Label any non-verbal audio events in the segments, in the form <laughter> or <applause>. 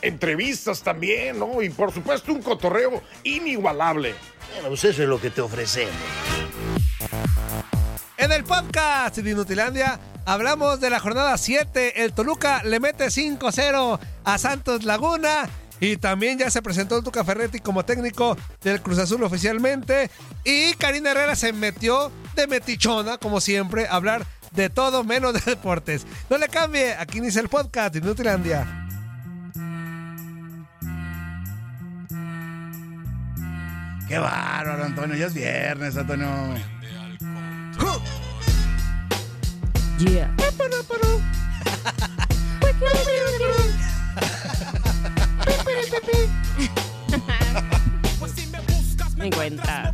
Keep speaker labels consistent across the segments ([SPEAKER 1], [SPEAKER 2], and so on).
[SPEAKER 1] Entrevistas también, ¿no? Y por supuesto un cotorreo inigualable.
[SPEAKER 2] Bueno, pues eso es lo que te ofrecemos.
[SPEAKER 3] En el podcast de Inutilandia hablamos de la jornada 7. El Toluca le mete 5-0 a Santos Laguna. Y también ya se presentó el Tuca Ferretti como técnico del Cruz Azul oficialmente. Y Karina Herrera se metió de metichona, como siempre, a hablar de todo menos de deportes. No le cambie, aquí inicia el podcast de Inutilandia.
[SPEAKER 4] Qué bárbaro, Antonio. Ya es viernes, Antonio.
[SPEAKER 5] Yeah. Me cuenta.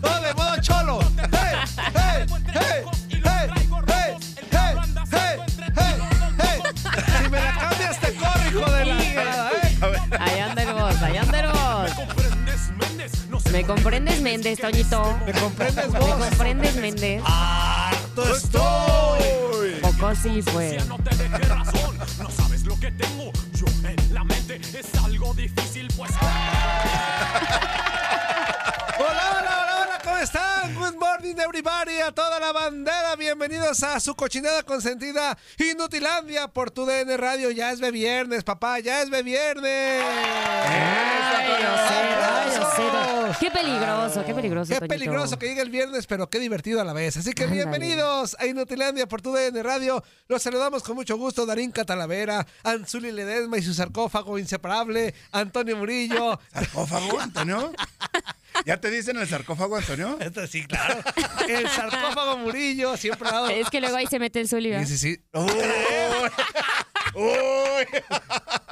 [SPEAKER 3] Todo de modo cholo. ¡Hey! ¡Hey! ¡Hey! ¡Hey! ¡Hey! ¡Hey! ¡Hey! ¡Hey! ¡Hey! Si me la cambias te corro, hijo de la fregada, ¿eh?
[SPEAKER 5] Ahí anda el boss, ahí anda el boss. ¿Me comprendes, Méndez, Toñito?
[SPEAKER 3] ¿Me comprendes
[SPEAKER 5] ¿Me
[SPEAKER 3] vos?
[SPEAKER 5] comprendes, Méndez?
[SPEAKER 4] ¡Harto estoy!
[SPEAKER 5] Poco sí, pues.
[SPEAKER 3] Hola, hola, hola, hola, ¿cómo están? Good morning, everybody, a toda la bandera. Bienvenidos a su cochinada consentida Inutilandia por tu DN Radio. Ya es de viernes, papá, ya es de viernes.
[SPEAKER 5] Ay, Ocero, ay, Ocero. Qué peligroso, qué peligroso.
[SPEAKER 3] Qué
[SPEAKER 5] Toñito.
[SPEAKER 3] peligroso que llegue el viernes, pero qué divertido a la vez. Así que
[SPEAKER 5] Ándale.
[SPEAKER 3] bienvenidos a Inutilandia por tu DN Radio. Los saludamos con mucho gusto, Darín Catalavera, Anzuli Ledesma y su sarcófago inseparable, Antonio Murillo.
[SPEAKER 4] ¿Sarcófago, Antonio? ¿Ya te dicen el sarcófago,
[SPEAKER 3] <laughs>
[SPEAKER 4] Antonio?
[SPEAKER 3] sí, claro. El sarcófago Murillo, siempre ha dado.
[SPEAKER 5] Es que luego ahí se mete el Zuliva.
[SPEAKER 3] Sí,
[SPEAKER 5] <laughs>
[SPEAKER 3] sí, sí.
[SPEAKER 4] ¡Uy! ¡Uy!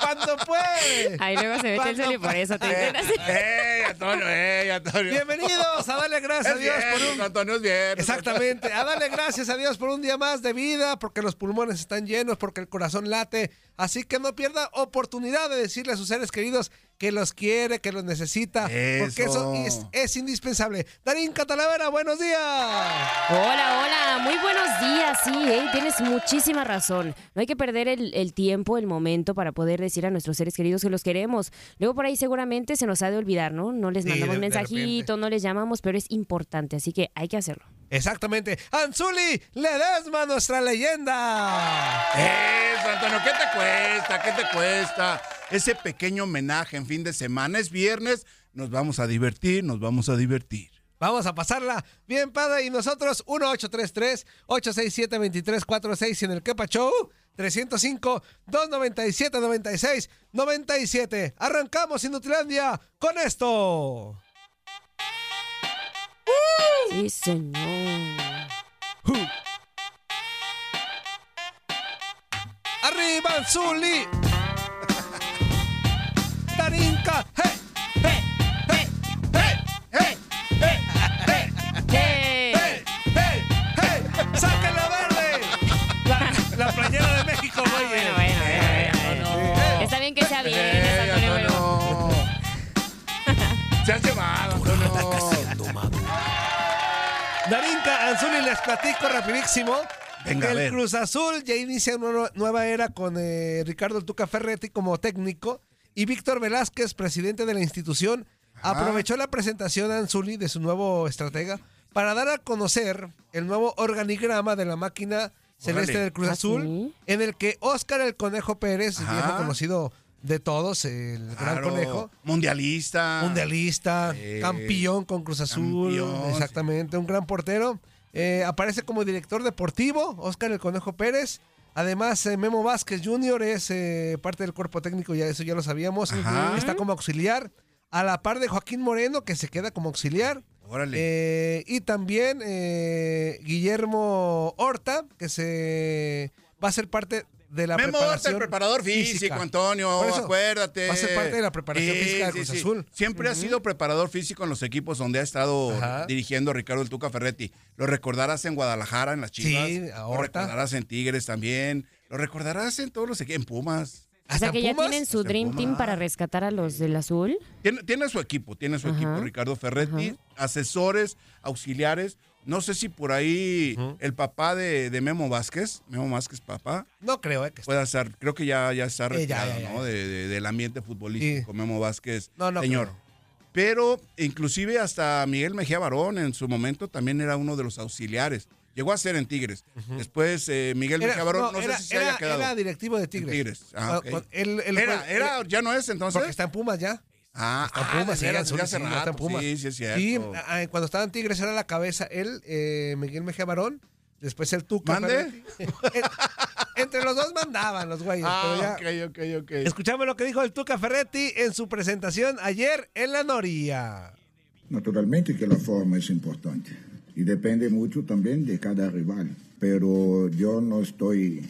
[SPEAKER 3] ¡Cuando puede!
[SPEAKER 5] Ahí luego se mete el Zuli, por eso te dicen así.
[SPEAKER 4] ¡Ey, Antonio! ¡Ey, Antonio!
[SPEAKER 3] Bienvenidos a darle gracias
[SPEAKER 4] Es
[SPEAKER 3] a Dios por
[SPEAKER 4] viernes,
[SPEAKER 3] un
[SPEAKER 4] Antonio es bien.
[SPEAKER 3] Exactamente. A darle gracias a Dios por un día más de vida, porque los pulmones están llenos, porque el corazón late. Así que no pierda oportunidad de decirle a sus seres queridos que los quiere, que los necesita, porque
[SPEAKER 4] Eso.
[SPEAKER 3] eso es, es indispensable. Darín Catalavera, buenos días.
[SPEAKER 5] Hola, hola, muy buenos días, sí, ¿eh? tienes muchísima razón. No hay que perder el, el tiempo, el momento para poder decir a nuestros seres queridos que los queremos. Luego por ahí seguramente se nos ha de olvidar, ¿no? No les
[SPEAKER 3] Sí,
[SPEAKER 5] mandamos
[SPEAKER 3] de- de
[SPEAKER 5] mensajito, no les llamamos, pero es importante, así que hay que hacerlo.
[SPEAKER 3] Exactamente. Anzuli Ledesma, nuestra leyenda.
[SPEAKER 4] Eso, Antonio, ¿qué te cuesta? ¿Qué te cuesta? Ese pequeño homenaje en fin de semana es viernes. Nos vamos a divertir, nos vamos a divertir.
[SPEAKER 3] Vamos a pasarla bien, padre. Y nosotros, 1833-867-2346 en el Kepa Show. 305-297-96-97. Arrancamos Inutilandia con esto. ¡Eh!
[SPEAKER 5] Sí, señor.
[SPEAKER 3] ¡Arriba, Anzuli! <laughs> ¡Tarinca! ¡Hey! ¡Hey! ¡Hey! ¡Hey! ¡Hey! ¡Hey!
[SPEAKER 5] ¡Hey!
[SPEAKER 3] ¡Hey! ¡Hey! ¡Hey! ¡Sáquenla verde! La, la playera de México,
[SPEAKER 5] Ah,
[SPEAKER 3] güey.
[SPEAKER 5] bueno, bueno, bueno, bueno. Está bien que sea bien,
[SPEAKER 4] ¡Ey,
[SPEAKER 5] Antonio, pero-
[SPEAKER 4] Antonio! Se has llevado, Antonio.
[SPEAKER 3] Darinka Anzuli, les platico rapidísimo.
[SPEAKER 4] Venga,
[SPEAKER 3] que
[SPEAKER 4] a
[SPEAKER 3] el
[SPEAKER 4] ver.
[SPEAKER 3] Cruz Azul ya inicia una nu- nueva era con eh, Ricardo El Tuca Ferretti como técnico y Víctor Velázquez, presidente de la institución, aprovechó la presentación Anzuli de su nuevo estratega para dar a conocer el nuevo organigrama de la máquina celeste del Cruz
[SPEAKER 5] ¿Ah,
[SPEAKER 3] Azul,
[SPEAKER 5] sí?
[SPEAKER 3] en el que Óscar el Conejo Pérez,
[SPEAKER 4] Ajá.
[SPEAKER 3] viejo conocido de todos, el gran
[SPEAKER 4] Claro,
[SPEAKER 3] conejo.
[SPEAKER 4] Mundialista.
[SPEAKER 3] Mundialista,
[SPEAKER 4] Eh,
[SPEAKER 3] campeón con Cruz Azul,
[SPEAKER 4] campeón,
[SPEAKER 3] exactamente, un gran portero. Eh, aparece como director deportivo, Oscar el Conejo Pérez. Además, eh, Memo Vázquez Jr. es eh, parte del cuerpo técnico, ya eso ya lo sabíamos.
[SPEAKER 4] Ajá.
[SPEAKER 3] Está como auxiliar, a la par de Joaquín Moreno, que se queda como auxiliar.
[SPEAKER 4] Órale.
[SPEAKER 3] Eh, y también eh, Guillermo Horta, que se va a ser parte de la
[SPEAKER 4] Memo Horta,
[SPEAKER 3] preparación
[SPEAKER 4] el preparador físico, Antonio,
[SPEAKER 3] Por eso,
[SPEAKER 4] acuérdate.
[SPEAKER 3] Va a ser parte de la preparación
[SPEAKER 4] Sí,
[SPEAKER 3] física de
[SPEAKER 4] sí,
[SPEAKER 3] Cruz
[SPEAKER 4] sí.
[SPEAKER 3] Azul.
[SPEAKER 4] Siempre ha sido preparador físico en los equipos donde ha estado
[SPEAKER 3] Ajá.
[SPEAKER 4] dirigiendo Ricardo el Tuca Ferretti. Lo recordarás en Guadalajara, en las Chivas.
[SPEAKER 3] Sí, a
[SPEAKER 4] lo
[SPEAKER 3] Horta.
[SPEAKER 4] recordarás en Tigres también. Lo recordarás en todos los equipos, en Pumas.
[SPEAKER 5] O sea
[SPEAKER 3] ¿Hasta
[SPEAKER 5] que ya
[SPEAKER 3] Pumas?
[SPEAKER 5] tienen su
[SPEAKER 4] Hasta
[SPEAKER 5] Dream Team
[SPEAKER 4] Pumas.
[SPEAKER 5] para rescatar a los del azul.
[SPEAKER 4] Tiene, tiene su equipo, tiene su
[SPEAKER 5] Ajá.
[SPEAKER 4] equipo, Ricardo Ferretti,
[SPEAKER 5] Ajá.
[SPEAKER 4] asesores, auxiliares. No sé si por ahí
[SPEAKER 3] Ujú.
[SPEAKER 4] el papá de, de Memo Vázquez, Memo Vázquez papá,
[SPEAKER 3] No creo, eh, que
[SPEAKER 4] pueda estar, creo que ya, ya está
[SPEAKER 3] Eh, ya,
[SPEAKER 4] retirado,
[SPEAKER 3] ya, ya.
[SPEAKER 4] ¿no? De- de- del ambiente futbolístico, Memo Vázquez,
[SPEAKER 3] No, no
[SPEAKER 4] señor.
[SPEAKER 3] creo.
[SPEAKER 4] Pero inclusive hasta Miguel Mejía Barón en su momento también era uno de los auxiliares. Llegó a ser en Tigres. Después eh, Miguel
[SPEAKER 3] Era-
[SPEAKER 4] Mejía Barón, no,
[SPEAKER 3] era-
[SPEAKER 4] sé si se
[SPEAKER 3] era-
[SPEAKER 4] haya quedado.
[SPEAKER 3] Era directivo de
[SPEAKER 4] en
[SPEAKER 3] Tigres. eh,
[SPEAKER 4] Tigres. Ah, ok.
[SPEAKER 3] Cu- cu- él- él
[SPEAKER 4] era,
[SPEAKER 3] fue-
[SPEAKER 4] era,
[SPEAKER 3] eh,
[SPEAKER 4] ya no es entonces.
[SPEAKER 3] porque está en Pumas ya.
[SPEAKER 4] Ah,
[SPEAKER 3] Está en
[SPEAKER 4] ah,
[SPEAKER 3] Pumas,
[SPEAKER 4] de veras,
[SPEAKER 3] sí,
[SPEAKER 4] ya hace
[SPEAKER 3] sí, ya está en
[SPEAKER 4] rato,
[SPEAKER 3] Pumas.
[SPEAKER 4] Sí, sí, es cierto.
[SPEAKER 3] Sí, ah, cuando estaba en Tigres era la cabeza él, eh, Miguel Mejía Barón, después el Tuca.
[SPEAKER 4] ¿Mande?
[SPEAKER 3] Ferretti. <laughs> En- Entre los dos mandaban los güeyes. pero ya-
[SPEAKER 4] Ah, ok, ok, ok.
[SPEAKER 3] Escuchamos lo que dijo el Tuca Ferretti en su presentación ayer en la Noria.
[SPEAKER 6] Naturalmente que la forma es importante y depende mucho también de cada rival, pero yo no estoy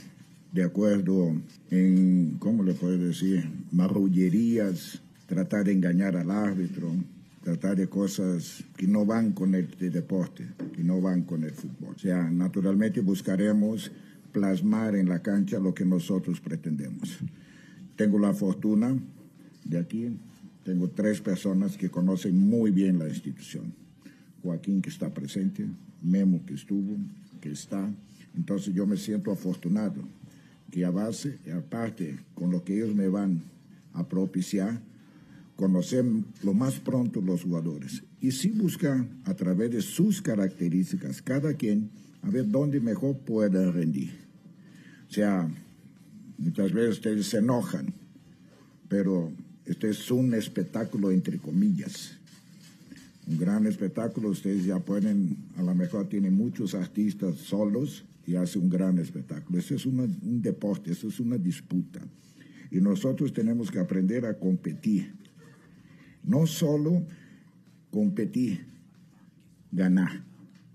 [SPEAKER 6] de acuerdo en, ¿cómo le puedo decir?, marrullerías, tratar de engañar al árbitro, tratar de cosas que no van con el de- deporte, que no van con el fútbol. O sea, naturalmente buscaremos plasmar en la cancha lo que nosotros pretendemos. Tengo la fortuna de aquí, tengo tres personas que conocen muy bien la institución. Joaquín que está presente, Memo que estuvo, que está. Entonces yo me siento afortunado que a base, aparte con lo que ellos me van a propiciar, conocer lo más pronto los jugadores y sí buscar a través de sus características cada quien a ver dónde mejor puede rendir. O sea, Muchas veces ustedes se enojan, pero este es un espectáculo entre comillas. Un gran espectáculo, ustedes ya pueden, a lo mejor tienen muchos artistas solos y hace un gran espectáculo. Eso es una- un deporte, eso es una disputa. Y nosotros tenemos que aprender a competir. No solo competir, ganar,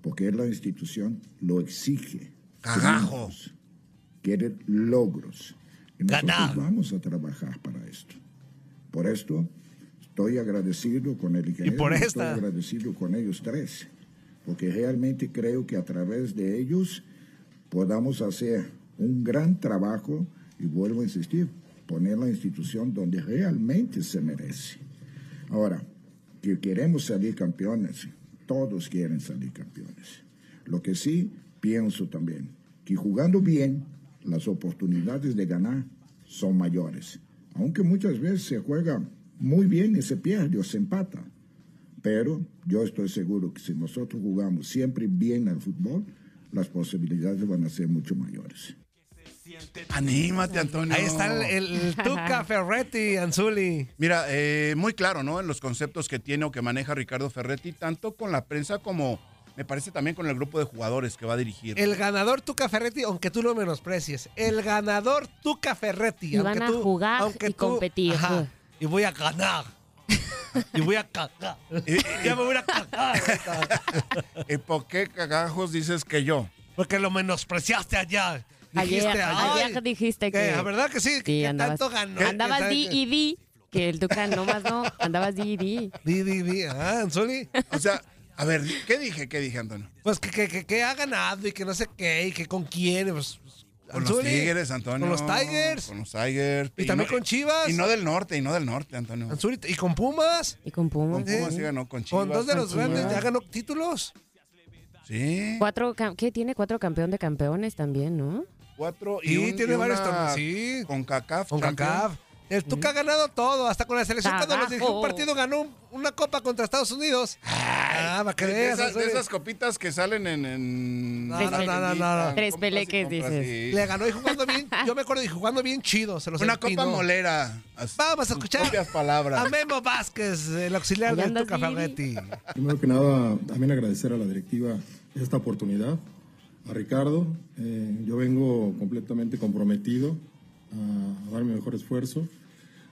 [SPEAKER 6] porque la institución lo exige.
[SPEAKER 4] Cagajo.
[SPEAKER 6] Tenemos quiere logros. Y nosotros
[SPEAKER 3] Ganar.
[SPEAKER 6] vamos a trabajar para esto. Por esto estoy agradecido con el ingeniero.
[SPEAKER 3] por
[SPEAKER 6] estoy
[SPEAKER 3] esta.
[SPEAKER 6] agradecido con ellos tres, porque realmente creo que a través de ellos podamos hacer un gran trabajo y vuelvo a insistir, poner la institución donde realmente se merece. Ahora, que queremos salir campeones, todos quieren salir campeones. Lo que sí pienso también, que jugando bien, las oportunidades de ganar son mayores. Aunque muchas veces se juega muy bien y se pierde o se empata. Pero yo estoy seguro que si nosotros jugamos siempre bien al fútbol, las posibilidades van a ser mucho mayores.
[SPEAKER 4] Anímate, Antonio.
[SPEAKER 3] Ahí está el, el
[SPEAKER 4] <laughs>
[SPEAKER 3] Tuca Ferretti, Anzuli.
[SPEAKER 4] Mira, eh, muy claro, ¿no? En los conceptos que tiene o que maneja Ricardo Ferretti, tanto con la prensa como, me parece, también con el grupo de jugadores que va a dirigir.
[SPEAKER 3] El ganador Tuca Ferretti, aunque tú lo menosprecies. El ganador Tuca Ferretti.
[SPEAKER 5] Y van
[SPEAKER 3] aunque
[SPEAKER 5] a
[SPEAKER 3] tú-
[SPEAKER 5] jugar
[SPEAKER 3] aunque
[SPEAKER 5] y
[SPEAKER 3] tú-
[SPEAKER 5] competir. pues.
[SPEAKER 3] ajá, y voy a ganar. y voy a cagar. ya me voy a cagar. ahorita,
[SPEAKER 4] ¿Y Eh, por qué cagajos dices que yo?
[SPEAKER 3] Porque lo menospreciaste allá. Dijiste
[SPEAKER 5] Ayer,
[SPEAKER 3] "Ay,
[SPEAKER 5] ayer dijiste que.
[SPEAKER 3] La verdad que sí, que,
[SPEAKER 5] Sí,
[SPEAKER 3] que
[SPEAKER 5] andabas,
[SPEAKER 3] tanto ganó.
[SPEAKER 5] andabas di
[SPEAKER 3] di
[SPEAKER 5] y di, que el Tuca no más no, andabas E di y di.
[SPEAKER 3] Di, di, di. Ah, Anzuli.
[SPEAKER 4] O sea, a ver, ¿qué dije? ¿Qué dije, Antonio?
[SPEAKER 3] Pues que, que, que, que ha ganado y que no sé qué y que con quién. Pues,
[SPEAKER 4] Con los
[SPEAKER 3] Anzuli.
[SPEAKER 4] Tigres, Antonio.
[SPEAKER 3] Con los Tigers.
[SPEAKER 4] Con los Tigers.
[SPEAKER 3] Y también con Chivas.
[SPEAKER 4] Y no del norte, y no del norte, Antonio.
[SPEAKER 3] Anzuli, y con Pumas.
[SPEAKER 5] Y con
[SPEAKER 4] Con
[SPEAKER 5] Pumas.
[SPEAKER 4] Pumas sí ganó, con Chivas.
[SPEAKER 3] con dos de los
[SPEAKER 4] Chivas.
[SPEAKER 3] grandes ya ganó títulos.
[SPEAKER 4] Sí.
[SPEAKER 5] Cuatro, cam- ¿Qué tiene? Cuatro campeón de campeones también, ¿no?
[SPEAKER 4] Cuatro.
[SPEAKER 3] Sí, tiene varios
[SPEAKER 4] una
[SPEAKER 3] torneos, sí.
[SPEAKER 4] Con CACAF.
[SPEAKER 3] Con
[SPEAKER 4] campeón.
[SPEAKER 3] CACAF. El Tuca ha ganado todo, hasta con la selección cuando nos dirigió un
[SPEAKER 5] Trabajo.
[SPEAKER 3] partido ganó un- una copa contra Estados Unidos. ah, va
[SPEAKER 4] De,
[SPEAKER 3] a creer.
[SPEAKER 4] esas, de
[SPEAKER 3] Osorio.
[SPEAKER 4] esas copitas que salen en. en-
[SPEAKER 3] No,
[SPEAKER 5] Tres
[SPEAKER 3] no, no, no, no, no.
[SPEAKER 5] Tres
[SPEAKER 4] Compras y
[SPEAKER 5] peleques,
[SPEAKER 4] compras
[SPEAKER 5] dices.
[SPEAKER 4] y-
[SPEAKER 3] Le ganó y jugando bien, yo me acuerdo y jugando bien chido, se los
[SPEAKER 4] Una
[SPEAKER 3] empinó.
[SPEAKER 4] copa molera. As-
[SPEAKER 3] Vamos a
[SPEAKER 4] sus
[SPEAKER 3] escuchar
[SPEAKER 4] propias palabras.
[SPEAKER 3] a Memo Vázquez, el auxiliar
[SPEAKER 5] Ahí
[SPEAKER 3] del
[SPEAKER 5] andas,
[SPEAKER 3] Tuca
[SPEAKER 5] Viri.
[SPEAKER 3] Ferretti.
[SPEAKER 7] Primero que nada, también agradecer a la directiva esta oportunidad, a Ricardo. eh, yo vengo completamente comprometido a, dar mi mejor esfuerzo,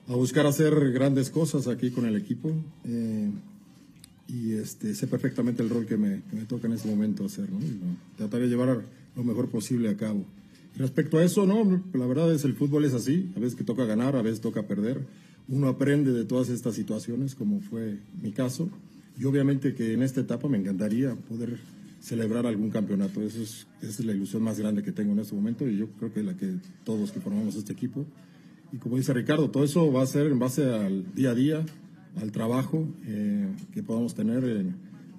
[SPEAKER 7] a buscar hacer grandes cosas aquí con el equipo. eh, y este, sé perfectamente el rol que me, que me toca en este momento hacer, ¿no? Y lo- tratar de llevar lo mejor posible a cabo. Y respecto a eso, no, la verdad es el fútbol es así, a veces que toca ganar, a veces toca perder. Uno aprende de todas estas situaciones, como fue mi caso, y obviamente que en esta etapa me encantaría poder celebrar algún campeonato. Eso es, esa es la ilusión más grande que tengo en este momento y yo creo que la que todos que formamos este equipo y como dice Ricardo, todo eso va a ser en base al día a día, al trabajo eh, que podamos tener eh,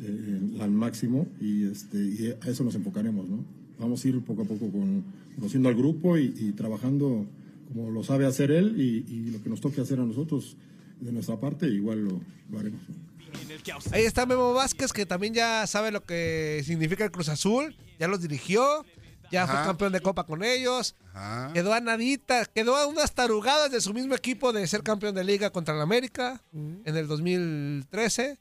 [SPEAKER 7] eh, al máximo y, este, y a eso nos enfocaremos, ¿no? Vamos a ir poco a poco con, conociendo al grupo y, y trabajando como lo sabe hacer él y, y lo que nos toque hacer a nosotros de nuestra parte, igual lo, lo haremos.
[SPEAKER 3] Ahí está Memo Vázquez, que también ya sabe lo que significa el Cruz Azul, ya los dirigió, ya fue
[SPEAKER 4] Ajá.
[SPEAKER 3] campeón de copa con ellos,
[SPEAKER 4] Ajá.
[SPEAKER 3] quedó a nadita, quedó a unas tarugadas de su mismo equipo de ser campeón de liga contra el América
[SPEAKER 5] Mm.
[SPEAKER 3] en el 2013,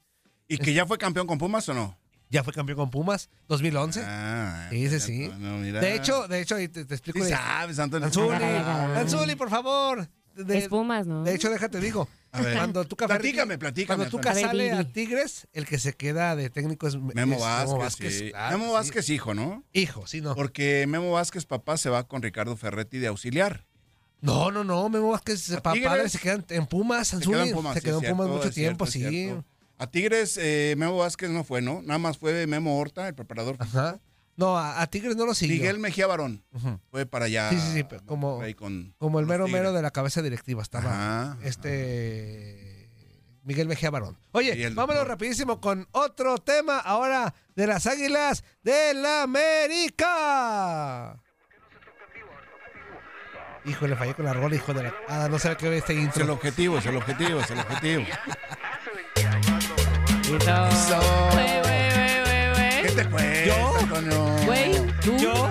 [SPEAKER 4] ¿Y que ya fue campeón con Pumas o no?
[SPEAKER 3] ya fue campeón con Pumas 2011.
[SPEAKER 4] Ah,
[SPEAKER 3] Sí, sí, sí.
[SPEAKER 4] no, mira.
[SPEAKER 3] De hecho, de hecho, ahí te, te explico.
[SPEAKER 4] Sí
[SPEAKER 3] de-
[SPEAKER 4] sabes, Antonio.
[SPEAKER 3] Anzuli,
[SPEAKER 5] Ah.
[SPEAKER 3] Anzuli, por favor. De,
[SPEAKER 5] Es Pumas, ¿no?
[SPEAKER 3] de hecho, déjate digo.
[SPEAKER 4] A ver.
[SPEAKER 3] Cuando tú
[SPEAKER 4] Platícame, platícame,
[SPEAKER 3] Cuando tú
[SPEAKER 4] Antonio.
[SPEAKER 5] A ver,
[SPEAKER 3] sale a
[SPEAKER 5] Viri.
[SPEAKER 3] Tigres, el que se queda de técnico es
[SPEAKER 4] Memo
[SPEAKER 3] es
[SPEAKER 4] Vázquez. sí.
[SPEAKER 3] claro,
[SPEAKER 4] Memo
[SPEAKER 3] sí.
[SPEAKER 4] Vázquez, hijo, ¿no?
[SPEAKER 3] Hijo, sí, no.
[SPEAKER 4] Porque Memo Vázquez, papá, se va con Ricardo Ferretti de auxiliar.
[SPEAKER 3] No, no, no. Memo Vázquez,
[SPEAKER 4] ¿A
[SPEAKER 3] papá,
[SPEAKER 4] Tigres?
[SPEAKER 3] padre, se quedan en Pumas.
[SPEAKER 4] Se
[SPEAKER 3] Anzuli
[SPEAKER 4] quedó en Pumas,
[SPEAKER 3] se
[SPEAKER 4] sí,
[SPEAKER 3] quedó en
[SPEAKER 4] cierto,
[SPEAKER 3] Pumas mucho
[SPEAKER 4] es
[SPEAKER 3] tiempo,
[SPEAKER 4] cierto, es
[SPEAKER 3] sí.
[SPEAKER 4] cierto. A Tigres, eh, Memo Vázquez no fue, ¿no? Nada más fue Memo Horta, el preparador.
[SPEAKER 3] Ajá. No, a, a Tigres no lo siguió.
[SPEAKER 4] Miguel Mejía Barón
[SPEAKER 3] Ujú.
[SPEAKER 4] fue para allá.
[SPEAKER 3] Sí, sí, sí, pero como-
[SPEAKER 4] ahí con-
[SPEAKER 3] Como el
[SPEAKER 4] con
[SPEAKER 3] mero
[SPEAKER 4] los
[SPEAKER 3] mero
[SPEAKER 4] Tigres.
[SPEAKER 3] de la cabeza directiva estaba.
[SPEAKER 4] Ajá,
[SPEAKER 3] este Miguel Mejía Barón.
[SPEAKER 4] Sí,
[SPEAKER 3] Oye,
[SPEAKER 4] el
[SPEAKER 3] vámonos
[SPEAKER 4] doctor.
[SPEAKER 3] rapidísimo con otro tema ahora de las Águilas del América. Hijo, le fallé con la rola, hijo de la... Ah, no sé qué ve este
[SPEAKER 4] Es el
[SPEAKER 3] intro.
[SPEAKER 4] objetivo, es el objetivo, es el objetivo.
[SPEAKER 5] Eso. Güey, güey, güey, güey,
[SPEAKER 4] ¿Qué
[SPEAKER 5] güey.
[SPEAKER 4] te cuesta,
[SPEAKER 3] ¿Yo?
[SPEAKER 4] Antonio?
[SPEAKER 5] Güey, tú.
[SPEAKER 3] Yo.